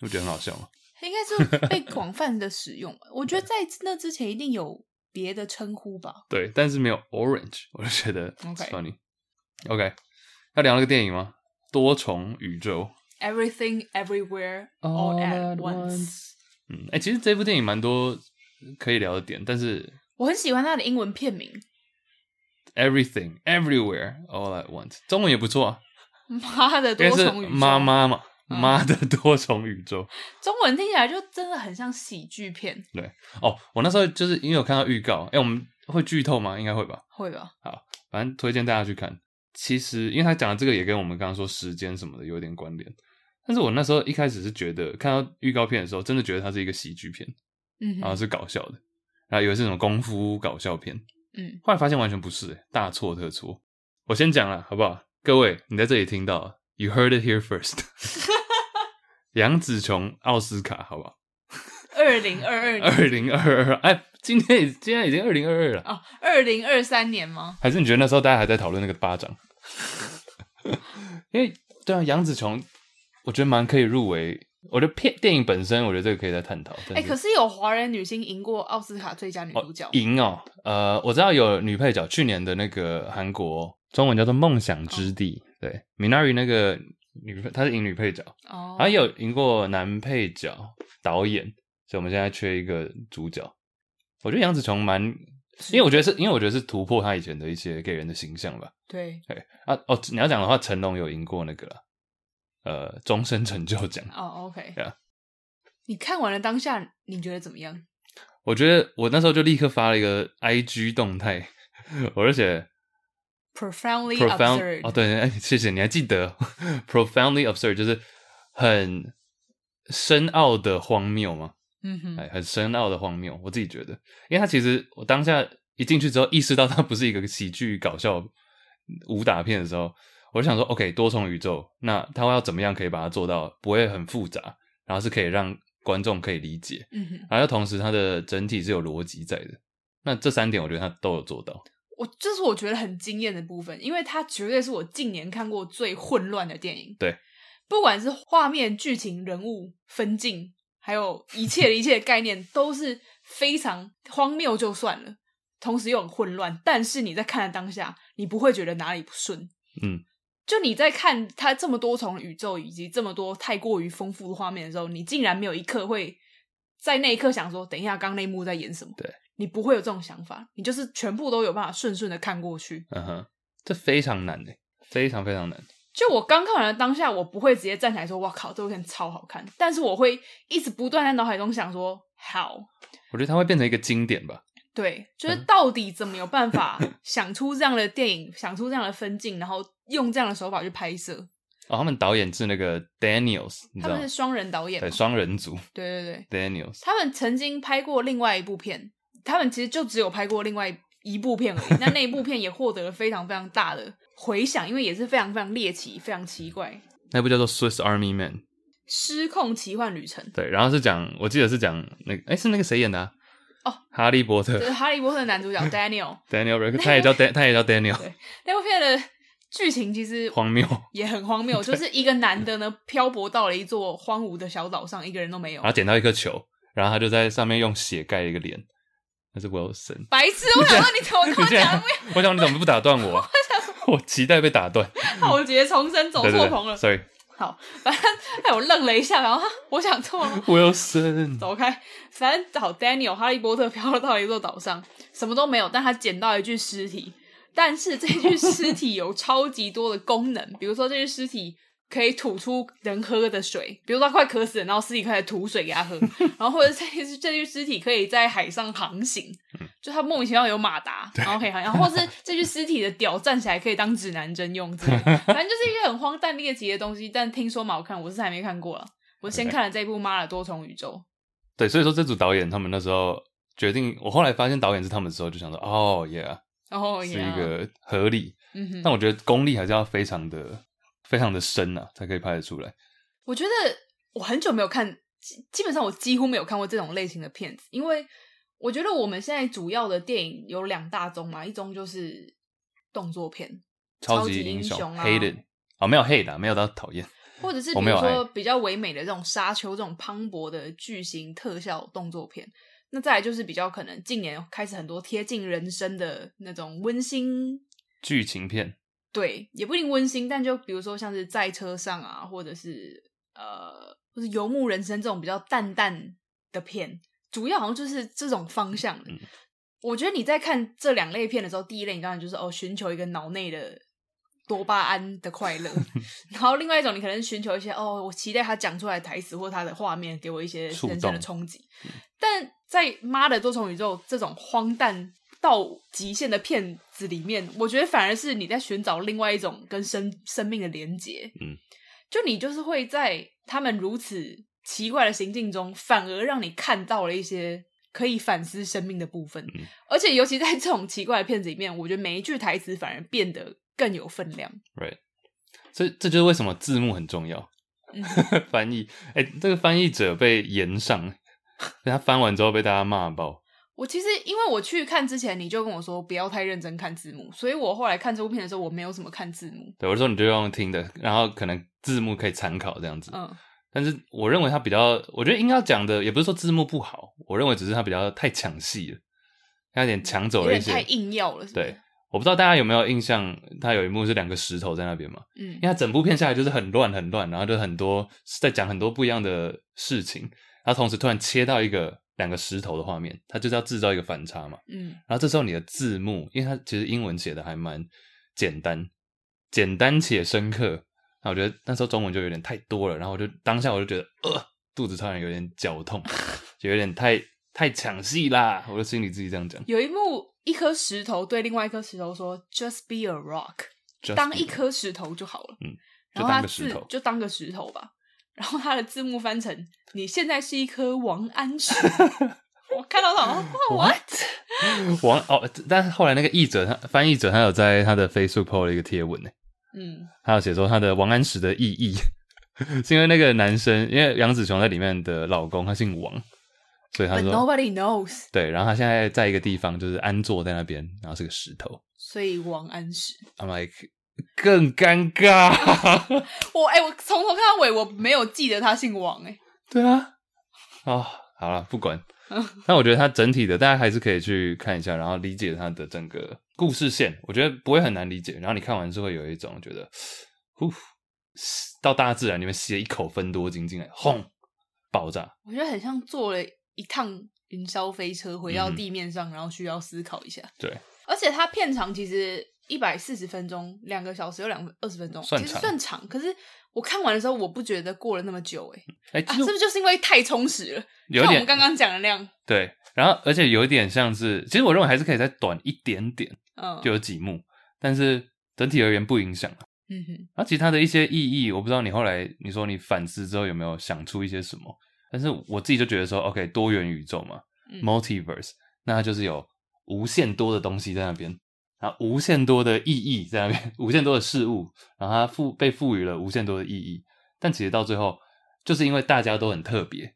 你不觉得很好笑吗？应 该是被广泛的使用。我觉得在那之前一定有别的称呼吧。对，但是没有 orange，我就觉得 OK it's funny。OK，要聊那个电影吗？多重宇宙。 Everything, everywhere, all at once。嗯，哎、其实这部电影蛮多可以聊的点，但是我很喜欢它的英文片名 everything everywhere all at once 中文也不错啊， “妈的因为多是重宇宙”，妈妈嘛，嗯妈的多重宇宙。中文听起来就真的很像喜剧片，哦，我那时候就是因为有看到预告，哎、我们会剧透吗？应该会吧。会吧？反正推荐大家去看。其实，因为他讲的这个也跟我们刚刚说时间什么的有点关联。但是我那时候一开始是觉得看到预告片的时候，真的觉得它是一个喜剧片，嗯然后哼，是搞笑的，然后以为是那种功夫搞笑片。嗯，后来发现完全不是、欸大错特错。我先讲了，好不好？各位，你在这里听到了，You heard it here first 。杨紫琼奥斯卡，好不好？二零二二年二零二二，哎，今天已今天已经二零二二了，哦，二零二三年吗？还是你觉得那时候大家还在讨论那个巴掌？ 因为对啊，杨紫琼，我觉得蛮可以入围。我觉得片电影本身，我觉得这个可以再探讨。哎、但是可是有华人女星赢过奥斯卡最佳女主角，赢哦，呃，我知道有女配角，去年的那个韩国中文叫做《梦想之地》，对，Minari 那个女配，她是赢女配角，哦，好像有赢过男配角、导演，所以我们现在缺一个主角。我觉得杨紫琼蛮，因为我觉得是因为我觉得是突破她以前的一些给人的形象吧。对，对啊，哦，你要讲的话，成龙有赢过那个啦呃终身成就奖。哦，OK， Yeah 你看完了当下，你觉得怎么样？我觉得我那时候就立刻发了一个 IG 动态，我就写 profoundly profound absurd。哦，对，哎谢谢，你还记得 profoundly absurd 就是很深奥的荒谬吗？嗯哼，哎，很深奥的荒谬，我自己觉得，因为他其实我当下一进去之后，意识到它不是一个喜剧搞笑武打片的时候，我就想说，OK，多重宇宙，那他要怎么样可以把它做到不会很复杂，然后是可以让观众可以理解，嗯哼，然后又同时它的整体是有逻辑在的，那这三点我觉得他都有做到。我这是我觉得很惊艳的部分，因为它绝对是我近年看过最混乱的电影。对，不管是画面、剧情、人物、分镜，还有一切的一切的概念，都是非常荒谬就算了，同时又很混乱。但是你在看的当下，你不会觉得哪里不顺。嗯，就你在看它这么多重宇宙以及这么多太过于丰富的画面的时候，你竟然没有一刻会在那一刻想说，等一下刚那一幕在演什么？对，你不会有这种想法，你就是全部都有办法顺顺的看过去。嗯哼，这非常难诶，非常非常难。就我刚看完的当下，我不会直接站起来说“哇靠，这部片超好看”，但是我会一直不断在脑海中想说“好”，我觉得它会变成一个经典吧。对，嗯就是到底怎么有办法想出这样的电影，想出这样的分镜，然后用这样的手法去拍摄？哦，他们导演是那个 Daniels，你他知道吗们是？双人导演嘛，对，双人组对对对， Daniels。他们曾经拍过另外一部片，他们其实就只有拍过另外一部片而已。那那一部片也获得了非常非常大的回响，因为也是非常非常猎奇、非常奇怪，那部叫做《Swiss Army Man》，失控奇幻旅程。 对，然后是讲，我记得是讲那个，哎，是那个谁演的、啊？哦，哈利波就是特《哈利波特》的男主角 Daniel ，Daniel Radcliffe，他也叫 Dan，他也叫 Daniel， 对那部片的剧情其实荒谬。 也很荒谬，就是一个男的呢漂泊到了一座荒芜的小岛上，一个人都没有然后。捡到一颗球，然后他就在上面用血盖一个脸，那是 Wilson。白痴！我想说你怎么跟你我竟然讲，，我想你怎么不打断我？ 我期待被打断。浩劫重生，走对对错棚了对。，sorry 好，反正哎，我愣了一下，然后哈我想错了吗。 Wilson。走开！反正找 Daniel 哈利波特飘到一座岛上，什么都没有，但他捡到一具尸体。但是这具尸体有超级多的功能，比如说这具尸体可以吐出人喝的水，比如说他快渴死了，然后尸体开始吐水给他喝，然后或者这具这具尸体可以在海上航行，就他莫名其妙有马达，然后可以航行，然后或是这具尸体的屌站起来可以当指南针用之类的，反正就是一些很荒诞猎奇的东西。但听说蛮好看，我是还没看过了，我先看了这部《妈的多重宇宙》。对，所以说这组导演他们那时候决定，我后来发现导演是他们之后，就想说，哦，yeah，哦，是 yeah 一，个合理。嗯哼，但我觉得功力还是要非常的、非常的深啊，才可以拍得出来。我觉得我很久没有看，基基本上我几乎没有看过这种类型的片子，因为我觉得我们现在主要的电影有两大宗嘛，一宗就是动作片，超级级英英雄雄啊 hated 哦，没有 hate 啊，没有到讨厌。或者是我比没如有说比较唯美的这种沙丘这种磅礴的巨型特效动作片。那再来就是比较可能近年开始很多贴近人生的那种温馨剧情片对，也不一定温馨，但就比如说像是在车上啊，或者是呃，或是游牧人生这种比较淡淡的片，主要好像就是这种方向的。嗯我觉得你在看这两类片的时候，第一类你当然就是哦，寻求一个脑内的多巴胺的快 乐，然后另外一种你可能寻求一些哦，我期待他讲出来的台词或他的画面给我一些人触生的动嗯冲击。但在《妈的多重宇宙》这种荒诞到极限的片子里面，我觉得反而是你在寻找另外一种跟生生命的连结。嗯，就你就是会在他们如此奇怪的行径中，反而让你看到了一些可以反思生命的部分。嗯而且尤其在这种奇怪的片子里面，我觉得每一句台词反而变得更有分量。 ，right？这这就是为什么字幕很重要。嗯 翻译，哎、这个翻译者被延上，被他翻完之后被大家骂爆。我其实因为我去看之前，你就跟我说不要太认真看字幕，所以我后来看这部片的时候，我没有什么看字幕。对我就说你就用听的，然后可能字幕可以参考这样子。嗯，但是我认为他比较，我觉得应该要讲的也不是说字幕不好，我认为只是他比较太抢戏了，他有点抢走有了一点些太。硬要了，是不是对，，我不知道大家有没有印象，他有一幕是两个石头在那边嘛，嗯因为，他整部片下来就是很乱很乱，然后就很多在讲很多不一样的事情，然后同时突然切到一个两个石头的画面，他就是要制造一个反差嘛。嗯，然后这时候你的字幕，因为它其实英文写的还蛮简单，简单且深刻。那我觉得那时候中文就有点太多了，然后我就当下我就觉得，呃，肚子突然有点绞痛，就有点太太抢戏啦。我就心里自己这 样讲。有一幕，一颗石头对另外一颗石头说：“Just be a rock， Just 当一 be- 颗石头就好了。”嗯，然后就当他个石字头就当个石头吧。然后他的字幕翻成：“你现在是一颗王 安石。”我看到了，哦哇 ，what？王哦，但是后来那个译者他翻译者他有在他的 Facebook po 了一个贴文呢，嗯，他有写说他的王安石的意义， 是因为那个男生，因为杨紫琼在里面的老公他姓王，所以他 But 说 nobody knows。对，然后他现在在一个地方，就是安坐在那边，然后是个石头，所以王安石， I'm like 更尴尬。我哎、我从头看到尾，我没有记得他姓王哎、对啊，哦，好了，不管。但我觉得它整体的，大家还是可以去看一下，然后理解它的整个故事线，我觉得不会很难理解。然后你看完是会有一种觉得，呼，到大自然里面吸了一口芬多精进来，轰，爆炸。我觉得很像坐了一趟云霄飞车回到嗯哼地面上，然后需要思考一下。对，而且它片长其实一百四十分钟，两个小时有两二十分钟，算其实长算长。可是我看完的时候，我不觉得过了那么久哎、哎、啊，就是不是就是因为太充实了？有一像我点们刚刚讲的那样，对，然后而且有一点像是，其实我认为还是可以再短一点点，嗯，就有几幕，但是整体而言不影响。嗯哼，然后其他的一些意义，我不知道你后来你说你反思之后有没有想出一些什么，但是我自己就觉得说，OK，多元宇宙嘛嗯，multiverse，那它就是有无限多的东西在那边，啊，无限多的意义在那边， 无限多的事物，然后它赋被赋予了无限多的意义，但其实到最后，就是因为大家都很特别，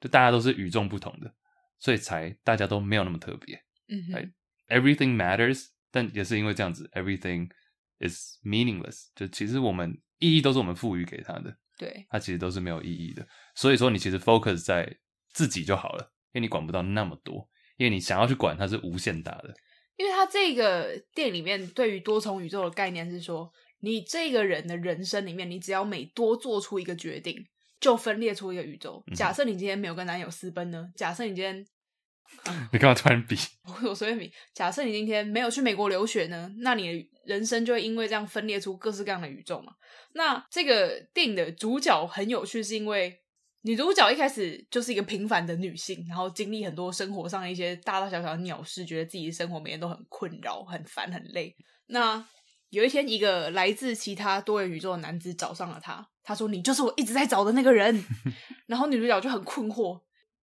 就大家都是与众不同的，所以才大家都没有那么特别。嗯哼，哎 everything matters，但也是因为这样子，everything is meaningless，就其实我们意义都是我们赋予给它的，对，它其实都是没有意义的。所以说，你其实 focus 在自己就好了，因为你管不到那么多，因为你想要去管它是无限大的。因为它这个电影里面对于多重宇宙的概念是说，你这个人的人生里面，你只要每多做出一个决定，就分裂出一个宇宙。嗯假设你今天没有跟男友私奔呢？假设你今天嗯你干嘛突然比？我我随便比，假设你今天没有去美国留学呢，那你的人生就会因为这样分裂出各式各样的宇宙嘛。那这个电影的主角很有趣，是因为女主角一开始就是一个平凡的女性，然后经历很多生活上的一些大大小小的鸟事，觉得自己的生活每天都很困扰、很烦、很累。那有一天，一个来自其他多元宇宙的男子找上了她，他说：“你就是我一直在找的那个人。”然后女主角就很困惑。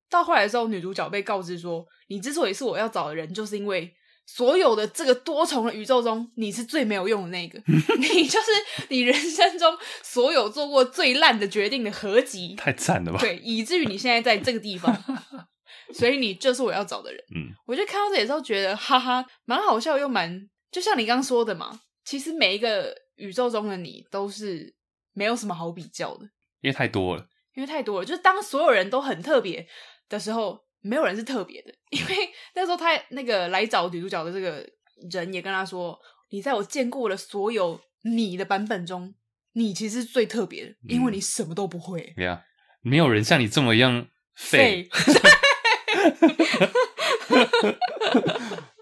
到后来的时候，女主角被告知说：“你之所以是我要找的人，就是因为所有的这个多重的宇宙中，你是最没有用的那个， 你就是你人生中所有做过最烂的决定的合集。”太惨了吧？对，以至于你现在在这个地 方，所以你就是我要找的人。嗯，我就看到这里之后觉得，哈哈，蛮好笑又蛮，就像你刚说的嘛，其实每一个宇宙中的你都是没有什么好比较的，因为太多了。因为太多了。就是当所有人都很特别的时候，没有人是特别的，因为那时候他那个来找女主角的这个人也跟他说，你在我见过的所有你的版本中。你其实是最特别的，因为嗯你什么都不会。你看，没有人像你这么样废 废，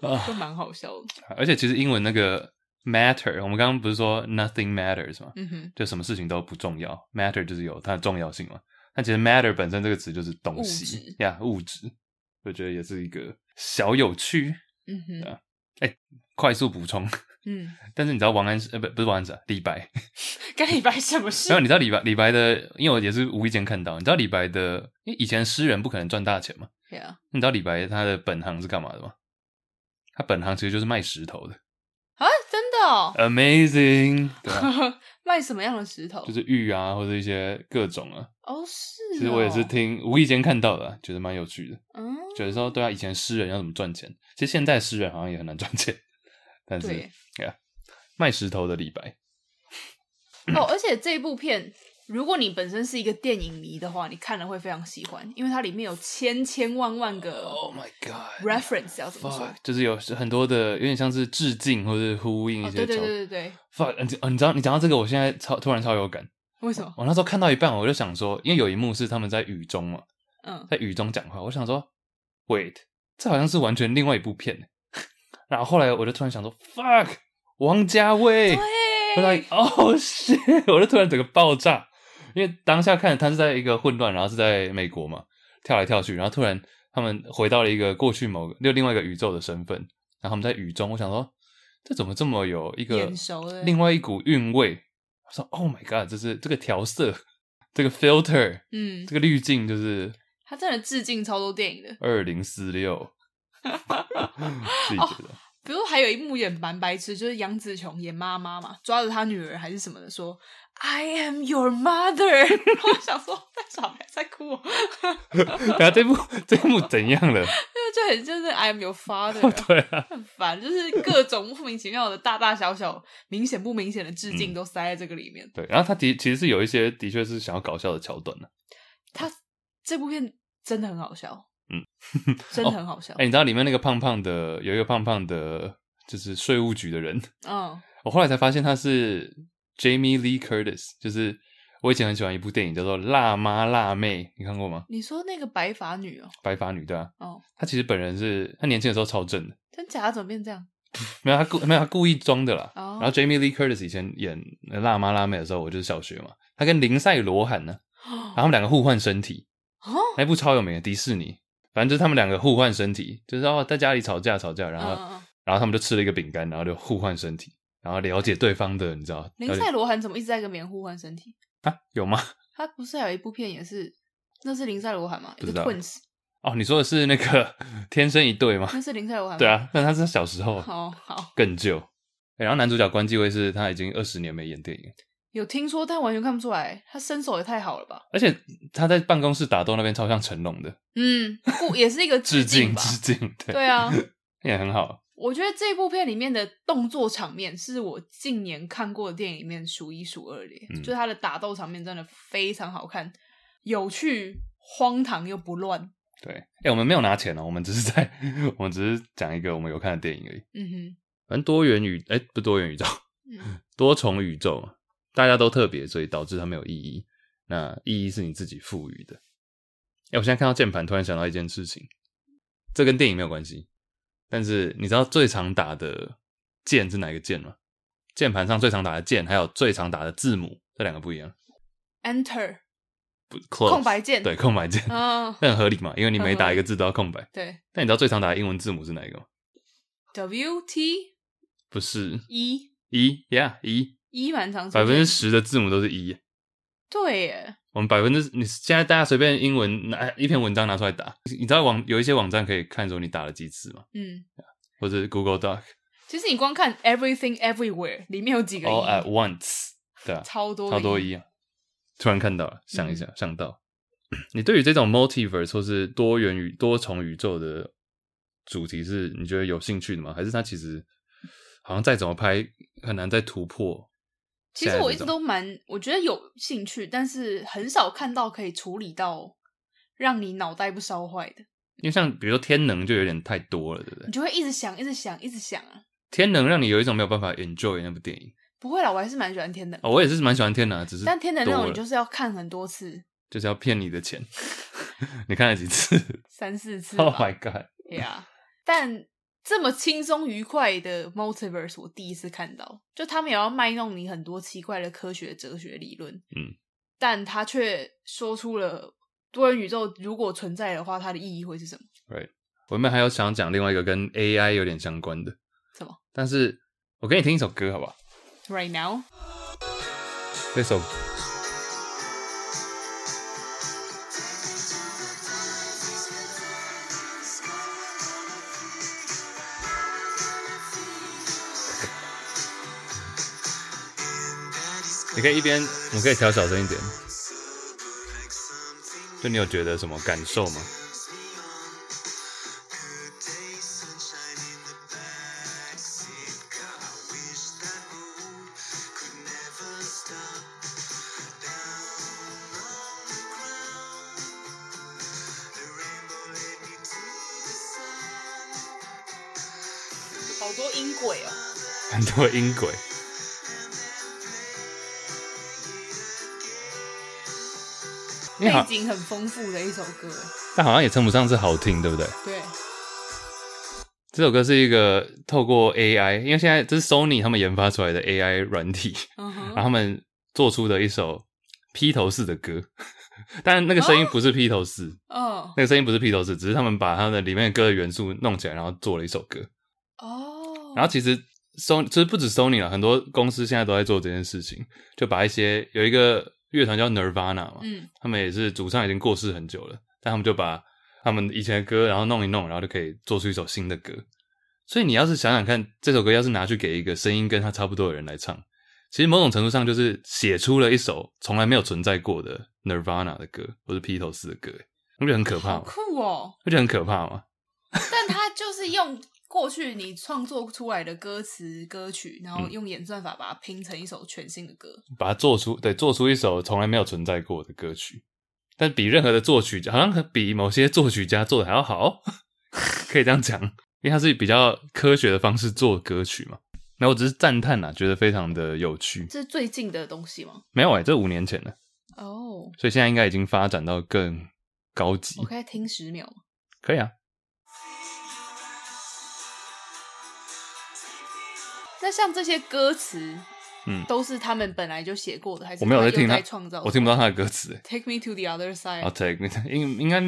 啊！就蛮好笑的。而且其实英文那个 matter，我们刚刚不是说 nothing matters 吗？嗯哼，就什么事情都不重要，matter 就是有它的重要性嘛。那其实 matter 本身这个词就是东物西质呀，物质，我觉得也是一个小有趣。啊哎嗯哼，快速补充，嗯，但是你知道王安石呃不不是王安石、啊，李白，跟李白什么事 没有？你知道李白李白的，因为我也是无意间看到，你知道李白的，因为以前诗人不可能赚大钱嘛，对啊，你知道李白他的本行是干嘛的吗？他本行其实就是卖石头的 啊，真的哦， ，amazing，对吧、卖什么样的石头？就是玉啊，或者一些各种啊。哦，是其哦。实我也是听无意间看到的啊、觉得蛮有趣的。嗯，觉得说，对啊，以前诗人要怎么赚钱？其实现代诗人好像也很难赚钱， 但是对卖石头的李白，嗯哦，而且这部片，如果你本身是一个电影迷的话，你看了会非常喜欢，因为它里面有千千万万个 Oh my god， reference，要怎么说哦 fuck，？就是有很多的，有点像是致敬或者呼应哦，一些对对桥。对对对， fuck，你知哦你知道你讲到这个，我现在超突然超有感。为什么？我那时候看到一半，我就想说，因为有一幕是他们在雨中嘛， 嗯，在雨中讲话，我想说，wait，这好像是完全另外一部片。 然后后来我就突然想说，fuck，王家卫，我对 like，哦 shit！我就突然整个爆炸，因为当下看他是在一个混乱，然后是在美国嘛，跳来跳去，然后突然他们回到了一个过去某个又另外一个宇宙的身份，然后他们在雨中，我想说这怎么这么有一个眼熟的另外一股韵味？我说 Oh my god！这是这个调色，这个 filter，嗯，这个滤镜就是他真的致敬超多电影的。二零四六，自己觉得。 比如还有一幕也蛮白痴，就是杨紫琼演妈妈嘛，抓着她女儿还是什么的，说 I am your mother，然 后我想说在小孩在哭哦，然后这部这部怎样了？ 因为就很就是 I am your father，对啊，很烦，就是各种莫名其妙的大大小小、明显不明显的致敬嗯都塞在这个里面。对，然后他的其实是有一些的确是想要搞笑的桥段的。这部片真的很好笑，嗯，真的很 好笑，哎、你知道里面那个胖胖的有一个胖胖的，就是税务局的人， 嗯我后来才发现他是 Jamie Lee Curtis，就是我以前很喜欢一部电影叫做《辣妈辣妹》，你看过吗？你说那个白发女哦，白发女对吧、哦，她其实本人是她年轻的时候超正的，真假的怎么变这样？没有她故没有她故意装的啦。哦然后 Jamie Lee Curtis 以前演《辣妈辣妹》的时候，我就是小学嘛，她跟林赛罗韩呢，然后他们两个互换身体，哦，那部超有名的迪士尼。反正就是他们两个互换身体，就是哦，在家里吵架吵架，然后、嗯嗯嗯然后他们就吃了一个饼干，然后就互换身体，然后了解对方的，你知道？林了解赛罗韩怎么一直在跟别人互换身体？啊，有吗？他不是还有一部片也是，那是林赛罗韩吗？不一知个道 Twins，哦，你说的是那个天生一对吗？那是林 赛罗韩。对，啊，但他是小时候嗯好好更旧、诶然后男主角关继威是他已经二十年没演电影了，有听说，但完全看不出来，他身手也太好了吧？而且他在办公室打斗那边超像成龙的，嗯， 不也是一个致敬吧？致敬，对，对啊，也很好。我觉得这部片里面的动作场面是我近年看过的电影里面数一数二的耶，嗯就是他的打斗场面真的非常好看，有趣、荒唐又不乱。对，哎、我们没有拿钱哦，我们只是在 我们只是讲一个我们有看的电影而已。嗯反正多元宇，哎、不多元宇宙，哼，嗯， 多重宇宙嘛，大家都特别，所以导致它没有意义。那意义是你自己赋予的。哎、我现在看到键盘，突然想到一件事情，这跟电影没有关系，但是你知道最常打的键是哪一个键吗？键盘上最常打的键，还有最常打的字母，这两个不一样。 Enter 不 close, 空白键对，空白键，嗯，那很合理嘛，因为你每很合打理一个字都要空白。对但你知道最常打的英文字母是哪一个吗？ ，W T 不是 E E yeah 一， E 蛮常出百现分之十的字母都是一、对耶，我们百分之你现在大家随便英文拿一篇文章拿出来打，你知道网有一些网站可以看说你打了几次吗？嗯，或者是 Google Doc 其实你光看 Everything Everywhere 里面有几个 all at 一， once，对啊，超多哦哎超多一，嗯一啊！突然看到了，想一想、想到， 你对于这种 multiverse 或是多元宇多重宇宙的主题是你觉得有兴趣的吗？还是它其实好像再怎么拍很难再突破其现在实这种？我一直都蛮，我觉得有兴趣，但是很少看到可以处理到让你脑袋不烧坏的，因为像比如说天能就有点太多了，对不对你？就会一直想，一直想，一直想啊。天能让你有一种没有办法 enjoy 那部电影。不会啦，我还是蛮喜欢天能，哦，我也是蛮喜欢天能的，只是但天能那多种了你就是要看很多次，就是要骗你的钱。 你看了几次三四次吧。 ？Oh my god！对啊， 但这么轻松愉快的 multiverse 我第一次看到，就他们也要卖弄你很多奇怪的科学哲学理论，嗯，但他却说出了多元宇宙如果存在的话，它的意义会是什么？我们还有想讲另外一个跟 AI 有点相关的，什么但是我给你听一首歌好不好？ ？Right now，这首 你可以一边，我们可以调小声一点。就你有觉得什么感受吗？好多音轨哦。很多音轨。因为背好，景很丰富的一首歌，但好像也称不上是好听，对不对？对，这首歌是一个透过 AI，因为现在这是 Sony 他们研发出来的 AI 软体，嗯哼然后他们做出的一首披头士的歌。但那个声音不是披头士，哦那个声音不是披头士，只是他们把他们里面的歌的元素弄起来，然后做了一首歌。哦，然后其实 Sony 其实不止 Sony 了，很多公司现在都在做这件事情，就把一些有一个乐团叫 Nirvana 嘛，嗯他们也是主唱已经过世很久了，但他们就把他们以前的歌然后弄一弄，然后就可以做出一首新的歌。所以你要是想想看，这首歌要是拿去给一个声音跟他差不多的人来唱，其实某种程度上就是写出了一首从来没有存在过的 Nirvana 的歌，或是披头士的歌，你不觉得很可怕好吗？酷哦！不觉得很可怕吗？但他就是用过去你创作出来的歌词歌曲，然嗯后用演算法把它拼成一首全新的歌。把它做出，对，做出一首从来没有存在过的歌曲，但比任何的作曲家，好像比某些作曲家做的还要好， 可以这样讲，因为它是比较科学的方式做歌曲嘛。那我只是赞叹啦，觉得非常的有趣。这是最近的东西吗？没有哎、这五年前的，哦、所以现在应该已经发展到更高级我，可以听十秒吗？可以啊。那像这些歌词，嗯都是他们本来就写过的，还是我没有他在又在听他创造出来。我听不到他的啊歌词、欸。 Take me to the other side，、 I'll take，应应该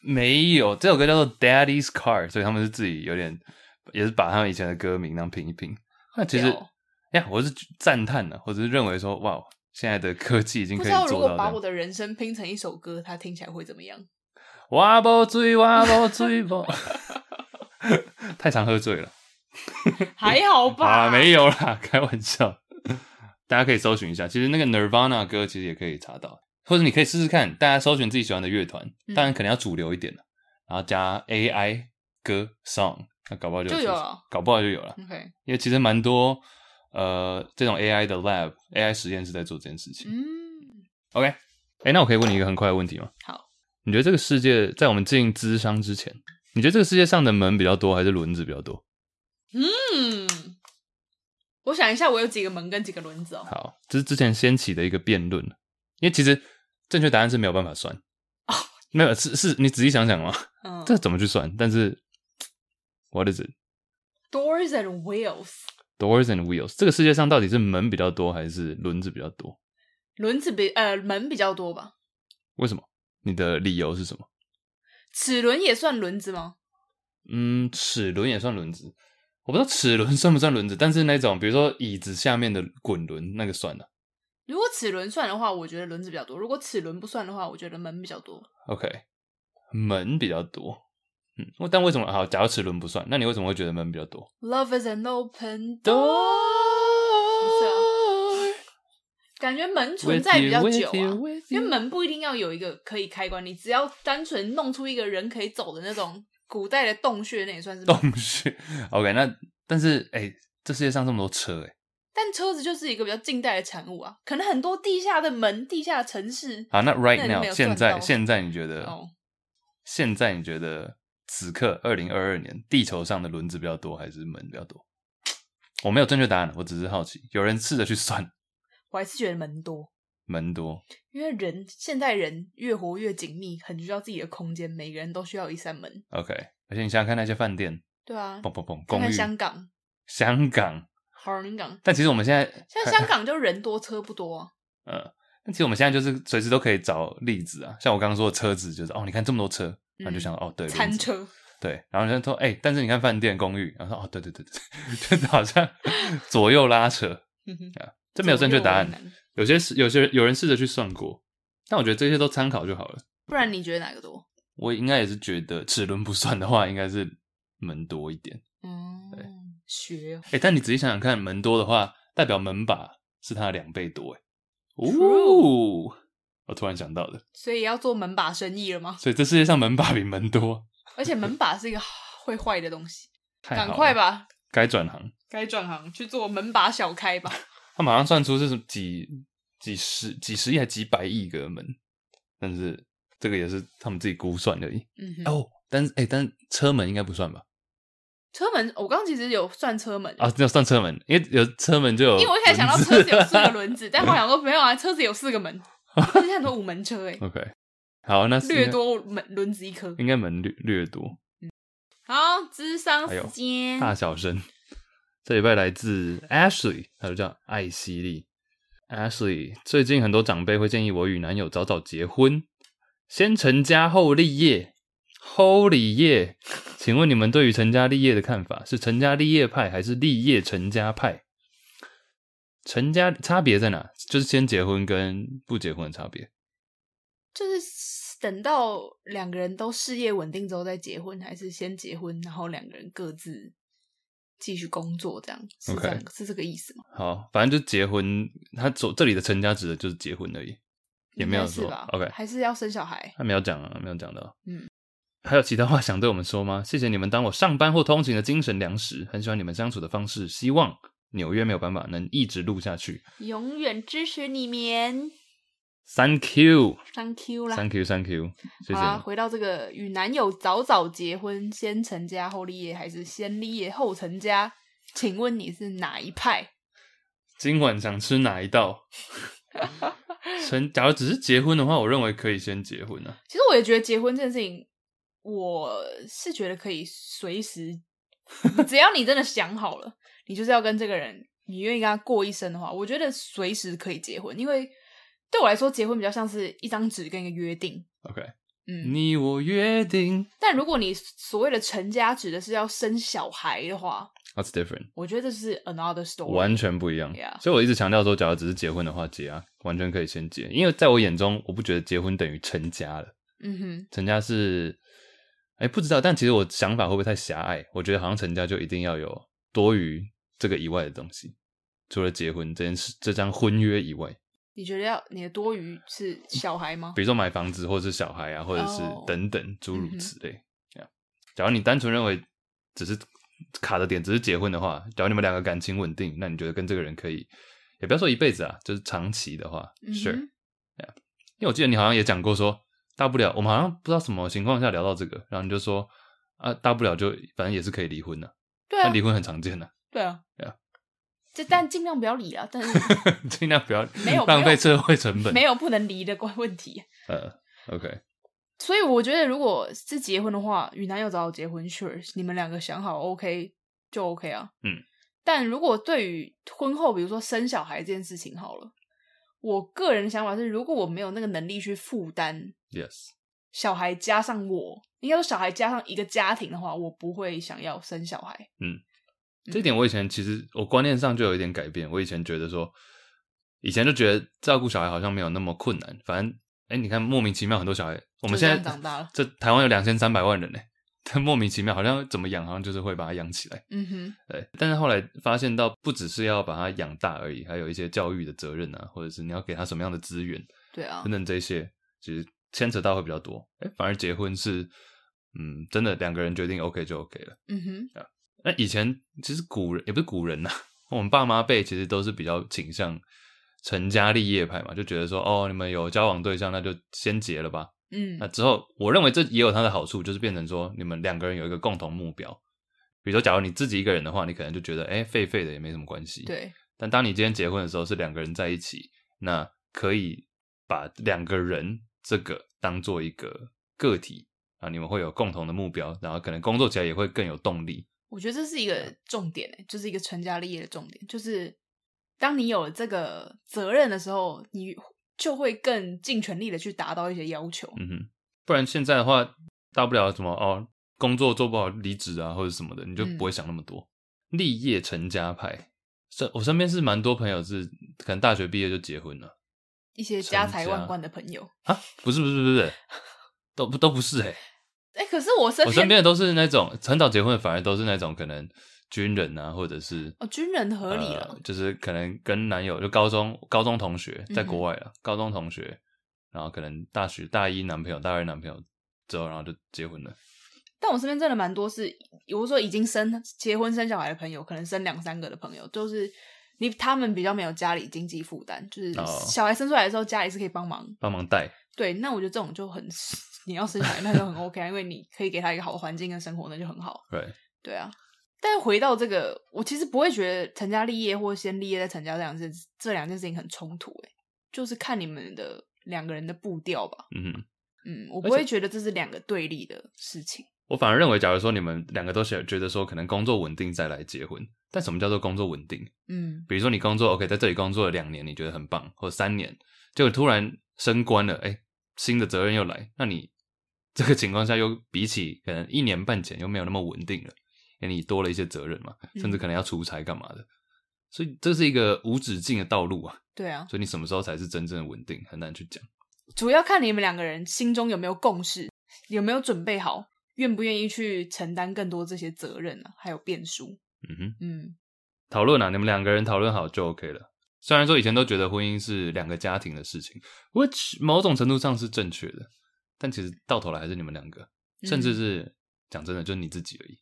没有这首歌叫做 Daddy's Car，所以他们是自己有点也是把他们以前的歌名那样拼一拼。那其实屌哎呀，我是赞叹的，我只是认为说，哇，现在的科技已经不可知道以如做果到把我的。的人生拼成一首歌，它听起来会怎么样？哇不醉，哇不醉不，太常喝 醉了。还好吧，啊，没有啦，开玩笑。大家可以搜寻一下，其实那个 Nirvana 歌其实也可以查到，或者你可以试试看，大家搜寻自己喜欢的乐团，嗯当然可能要主流一点了，然后加 AI 歌 song，那搞不好就就有了，搞不好就有了， OK，因为其实蛮多呃这种 AI 的 lab AI 实验室在做这件事情。嗯， OK，哎、那我可以问你一个很快的问题吗？好，你觉得这个世界在我们进智商之前，你觉得这个世界上的门比较多还是轮子比较多？嗯，我想一下，我有几个门跟几个轮子哦。好，这是之前掀起的一个辩论，因为其实正确答案是没有办法算。没有，是是，你仔细想想嘛，嗯这怎么去算？但是，what is it? Doors and wheels， Doors and wheels，这个世界上到底是门比较多还是轮子比较多？轮子比呃门比较多吧？为什么？你的理由是什么？齿轮也算轮子吗？嗯，齿轮也算轮子，我不知道齿轮 算不算轮子，但是那种比如说椅子下面的滚轮那个算了。如果齿轮算的话，我觉得轮子比较多；如果齿轮不算的话，我觉得门比较多。 OK，门比较多，嗯，但为什么好？假如齿轮不算，那你为什么会觉得门比较多？ Love is an open door， door 感觉门啊存在比较久啊。因为 因为门不一定要有一个可以开关，你只要单纯弄出一个人可以走的那种古代的洞穴，那也算是门。洞穴。OK，那但是哎、这世界上这么多车哎、但车子就是一个比较近代的产物啊，可能很多地下的门、地下的城市，好，那 right 那你没 now 有现赚在到现在你觉得、哦现在你觉得此刻二零二二年地球上的轮子比较多还是门比较多？我没有正确答案，我只是好奇，有人试着去算我还是觉得门多，门多，因为人现代人越活越紧密，很需要自己的空间，每个人都需要一扇门。 OK，而且你想想看那些饭店，对啊，砰砰砰，看公看寓，香港、香港，香港，但其实我们现在像香港就人多车不多啊。呃，那其实我们现在就是随时都可以找例子啊，像我刚刚说的车子，就是哦，你看这么多车，然后就想到、哦，对，轮嗯餐子车，对，然后人家说，哎、但是你看饭店、公寓，然后说，哦，对对对对， 就是好像左右拉扯， 嗯哼这没有正确答左右为案。难有些是有些人有人试着去算过，但我觉得这些都参考就好了。不然你觉得哪个多？我应该也是觉得齿轮不算的话，应该是门多一点。嗯，学哦哎、但你仔细想想看，门多的话，代表门把是它的两倍多，哎， True 哦，我突然想到的，所以要做门把生意 了吗？所以这世界上门把比门多，而且门把是一个会坏的东西，太好赶了快，吧，该转行。该转行去做门把小开吧。他马上算出是几几十几十亿还几百亿个门，但是这个也是他们自己估算而已。嗯哼，哦，但是哎、但是车门应该不算吧？车门，我刚刚其实有算车门啊，要算车门，因为有车门就有，因为我一开始想到车子有四个。轮子，但后来想说没有啊，车子有四个门，而且很多五门车 哎、OK，好，哦 那是略多门轮子一颗。应该门略略多。好，智商哎呦时间，大小声，这礼拜来自 Ashley，她就叫艾希莉。Ashley，最近很多长辈会建议我与男友早早结婚，先成家后立业后立业。请问你们对于成家立业的看法是成家立业派还是立业成家派？成家差别在哪？就是先结婚跟不结婚的差别。就是等到两个人都事业稳定之后再结婚，还是先结婚，然后两个人各自继续工作，这样是 OK 这样是这个意思吗？好，反正就结婚，他走这里的成家指的就是结婚而已，也没有应该是说吧 OK。还是要生小孩。他没有讲啊，没有讲到。嗯， 还有其他话想对我们说吗？谢谢你们当我上班或通勤的精神粮食，很喜欢你们相处的方式，希望纽约没有办法能一直录下去。永远支持你们 Thank you，Thank ，Thank you 啦。 you，Thank you，谢谢好啊啦，你。回到这个与男友早早结婚，先成家后立业，还是先立业后成家？请问你是哪一派？今晚想吃哪一道？成，假如只是结婚的话，我认为可以先结婚啊。其实我也觉得结婚这件事情，我是觉得可以随时，只要你真的想好了，你就是要跟这个人，你愿意跟他过一生的话，我觉得随时可以结婚，因为对我来说，结婚比较像是一张纸跟一个约定。 OK，、 嗯，你我约定但如果你所谓的成家指的是要生小孩的话， ，That's different，我觉得这是 another story。完全不一样。 Yeah 所以我一直强调说，假如只是结婚的话，结啊，完全可以先结，因为在我眼中，我不觉得结婚等于成家了。嗯哼，成家是，哎、不知道，但其实我想法会不会太狭隘？我觉得好像成家就一定要有多于这个以外的东西，除了结婚这件事、这张婚约以外，你觉得要你的多余是小孩吗比？如说买房子，或者是小孩啊，或者是哦等等诸嗯如哼此类。这样，假如你单纯认为只是卡的点只是结婚的话，假如你们两个感情稳定，那你觉得跟这个人可以，也不要说一辈子啊，就是长期的话、嗯哼 s u r e 因为我记得你好像也讲过说，大不了我们好像不知道什么情况下聊到这个，然后你就说啊，大不了就反正也是可以离婚的、对但啊，离婚很常见的、 对啊，对啊这但尽量不要理啊，但是尽量不要没有浪没费有社会成本。没有不能离的关问题。呃，OK，所以我觉得，如果是结婚的话，与男友早早结婚，sure，你们两个想好 OK 就 OK 啊。嗯。但如果对于婚后，比如说生小孩这件事情好了，我个人的想法是，如果我没有那个能力去负担 yes，小孩加上我，应该说小孩加上一个家庭的话，我不会想要生小孩。嗯这一点我以前其实我观念上就有一点改变，我以前觉得说，以前就觉得照顾小孩好像没有那么困难，反正哎，你看莫名其妙很多小孩，我们就这现样在长大了这台湾有两千三百万人呢， 但莫名其妙好像怎么养好像就是会把它养起来。嗯哼，对，但是后来发现到不只是要把它养大而已，还有一些教育的责任啊，或者是你要给他什么样的资源对啊等。等这些，其实牵扯到会比较多。哎，反而结婚是，嗯，真的两个人决定 OK 就 OK 了。嗯哼，那以前其实古人也不是古人呐、 我们爸妈辈其实都是比较倾向成家立业派嘛，就觉得说哦，你们有交往对象，那就先结了吧。嗯那之后，我认为这也有它的好处，就是变成说你们两个人有一个共同目标。比如说，假如你自己一个人的话，你可能就觉得，哎、废废的也没什么关系。。对，但当你今天结婚的时候，是两个人在一起，那可以把两个人这个当做一个个体啊，你们会有共同的目标，然后可能工作起来也会更有动力。我觉得这是一啊个重点、欸，就是一个成家立业的重点，就是当你有了这个责任的时候，你就会更尽全力的去达到一些要求。嗯哼，不然现在的话，大不了什么哦，工作做不好离职啊，或者什么的，你就嗯不会想那么多。立业成家派，身我身边是蛮多朋友是可能大学毕业就结婚了一些家财成家万贯的朋友，啊，不是不是不是，不是都不都不是哎、 哎、可是我身我身边的都是那种很早结婚，反而都是那种可能军人啊，或者是哦，军人合理了呃，就是可能跟男友就高中高中同学在嗯哼国外了，啊高中同学，然后可能大学大一男朋友、大二男朋友之后，然后就结婚了。但我身边真的蛮多是，比如说已经生结婚生小孩的朋友，可能生两三个的朋友，就是你他们比较没有家里经济负担，就是哦小孩生出来的时候家里是可以帮忙帮忙带，对，那我觉得这种就很， 你要生小孩那就很 OK 啊，因为你可以给他一个好的环境跟生活，那就很好。对，对啊，但回到这个，我其实不会觉得成家立业或先立业再成家这两件这两件事情很冲突、欸，就是看你们的两个人的步调吧。嗯哼，嗯，我不会觉得这是两个对立的事情。我反而认为，假如说你们两个都是觉得说可能工作稳定再来结婚，但什么叫做工作稳定？嗯，比如说你工作 OK，在这里工作了两年，你觉得很棒，或三年，结果突然升官了，哎，新的责任又来，那你 这个情况下又比起可能一年半前又没有那么稳定了，因为你多了一些责任嘛，嗯甚至可能要出差干嘛的，所以这是一个无止境的道路啊，对啊，所以你什么时候才是真正的稳定，很难去讲。主要看你们两个人心中有没有共识，有没有准备好，愿不愿意去承担更多这些责任啊，还有变数。嗯哼，嗯，讨论啊，你们两个人讨论好就 OK 了。虽然说以前都觉得婚姻是两个家庭的事情，which 某种程度上是正确的，但其实到头来还是你们两个，甚至是讲真的，就是你自己而已，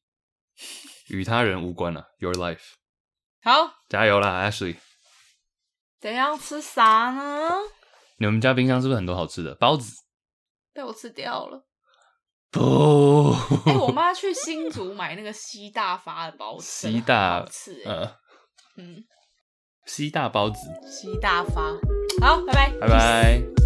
与他人无关了、Your 啊 life，好，加油啦，Ashley！怎样吃啥呢？你们家冰箱是不是很多好吃的包子？被我吃掉 了。不， 哎、我妈去新竹买那个西大发的包子，西大好吃、欸，呃，嗯，西大包子，西大发。好，拜拜，拜拜。